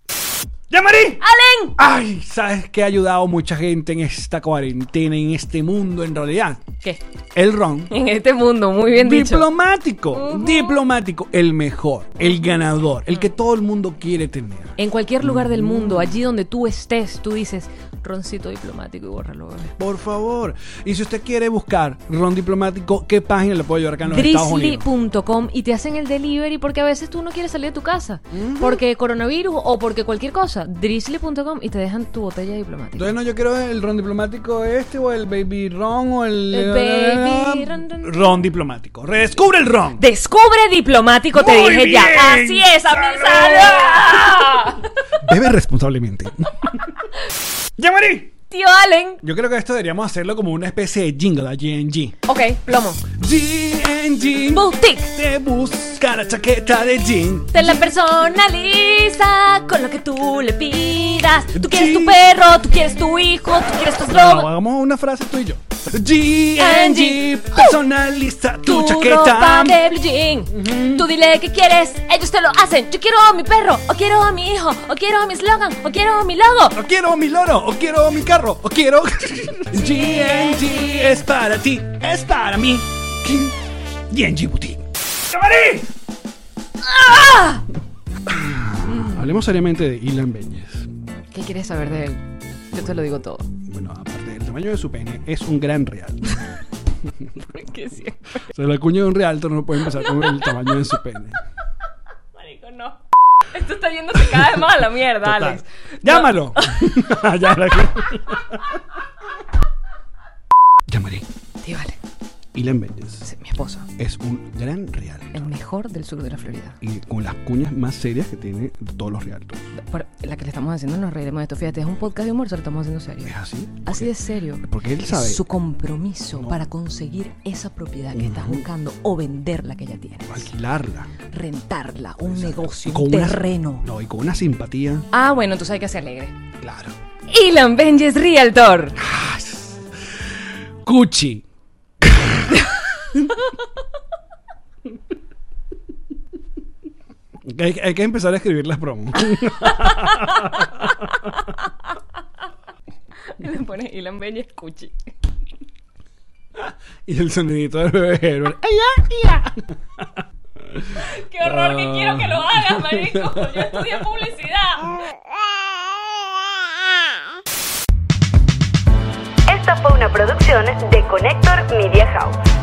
S1: ¡Yamari!
S2: ¡Alen!
S1: ¡Ay! ¿Sabes qué ha ayudado mucha gente en esta cuarentena, en este mundo en realidad?
S2: ¿Qué?
S1: El ron.
S2: En este mundo, muy bien dicho.
S1: Diplomático, diplomático, el mejor, el ganador, el que todo el mundo quiere tener.
S2: En cualquier lugar del mundo, allí donde tú estés, tú dices roncito diplomático y bórralo. bebé".
S1: Por favor. Y si usted quiere buscar ron diplomático, ¿qué página le puedo llevar acá en los Estados Unidos?
S2: Drizzly.com y te hacen el delivery porque a veces tú no quieres salir de tu casa. Porque coronavirus o porque cualquier cosa. Drizzly.com y te dejan tu botella diplomática.
S1: Entonces no, yo quiero el ron diplomático este o el baby ron o el... eh, ah,
S2: El baby ron, ron.
S1: diplomático. Redescubre el ron.
S2: Descubre diplomático, te
S1: Muy
S2: dije ya.
S1: bien,
S2: Así es, amizada.
S1: Bebe responsablemente. ¡Yamari!
S2: Tío Allen.
S1: Yo creo que esto deberíamos hacerlo como una especie de jingle a GNG.
S2: Ok, plomo.
S1: GNG.
S2: Boutique.
S1: Te busca la chaqueta de jean.
S2: Te la personaliza con lo que tú le pidas. Tú quieres tu perro, tú quieres tu hijo, tú quieres tu
S1: No,
S2: eslogan.
S1: hagamos una frase tú y yo. GNG, personaliza tu
S2: ropa
S1: chaqueta.
S2: de blue jean. Tú dile qué quieres, ellos te lo hacen. Yo quiero a mi perro, o quiero a mi hijo, o quiero a mi eslogan, o quiero a mi logo.
S1: O quiero mi loro, o quiero mi carro, o quiero. GNG es para ti, es para mí. GNG Boutique. ¡Camarí! Mm. Hablemos seriamente de Ilan Beñez.
S2: ¿Qué quieres saber de él? Yo te lo digo todo.
S1: Bueno, aparte del tamaño de su pene, es un gran real.
S2: Porque siempre,
S1: O sea, la cuña de un realtor no puede empezar con el tamaño de su pene.
S2: marico, no. Esto está yéndose cada vez más a la mierda,
S1: Total.
S2: Alex.
S1: ¡Llámalo! ya la- Llamaré.
S2: Tío Allen,
S1: Ilan Beñez
S2: es mi esposo,
S1: es un gran realtor.
S2: el mejor del sur de la Florida.
S1: y con las cuñas más serias que tiene todos los realtos.
S2: Por la que le estamos haciendo, nos reiremos de esto. Fíjate, es un podcast de humor, se lo estamos haciendo serio.
S1: ¿Es así?
S2: Así de serio.
S1: Porque él sabe.
S2: Su compromiso para conseguir esa propiedad que estás buscando o vender la que ya tienes.
S1: Alquilarla.
S2: Rentarla, un negocio,
S1: Y con
S2: un
S1: una-
S2: terreno.
S1: No, y con una simpatía.
S2: Ah, bueno, entonces hay que ser alegre.
S1: Claro. Ah,
S2: Ilan Benjes Realtor.
S1: Cuchi. hay, hay que empezar a escribir las promos.
S2: Le pones Ilan Benjes Cuchi.
S1: y el sonidito del bebé Herbert. ¡Ay,
S2: Qué horror, que
S1: Ah.
S2: quiero que lo hagas, marico. Yo estudié publicidad.
S4: Esta fue una producción de Connector Media House.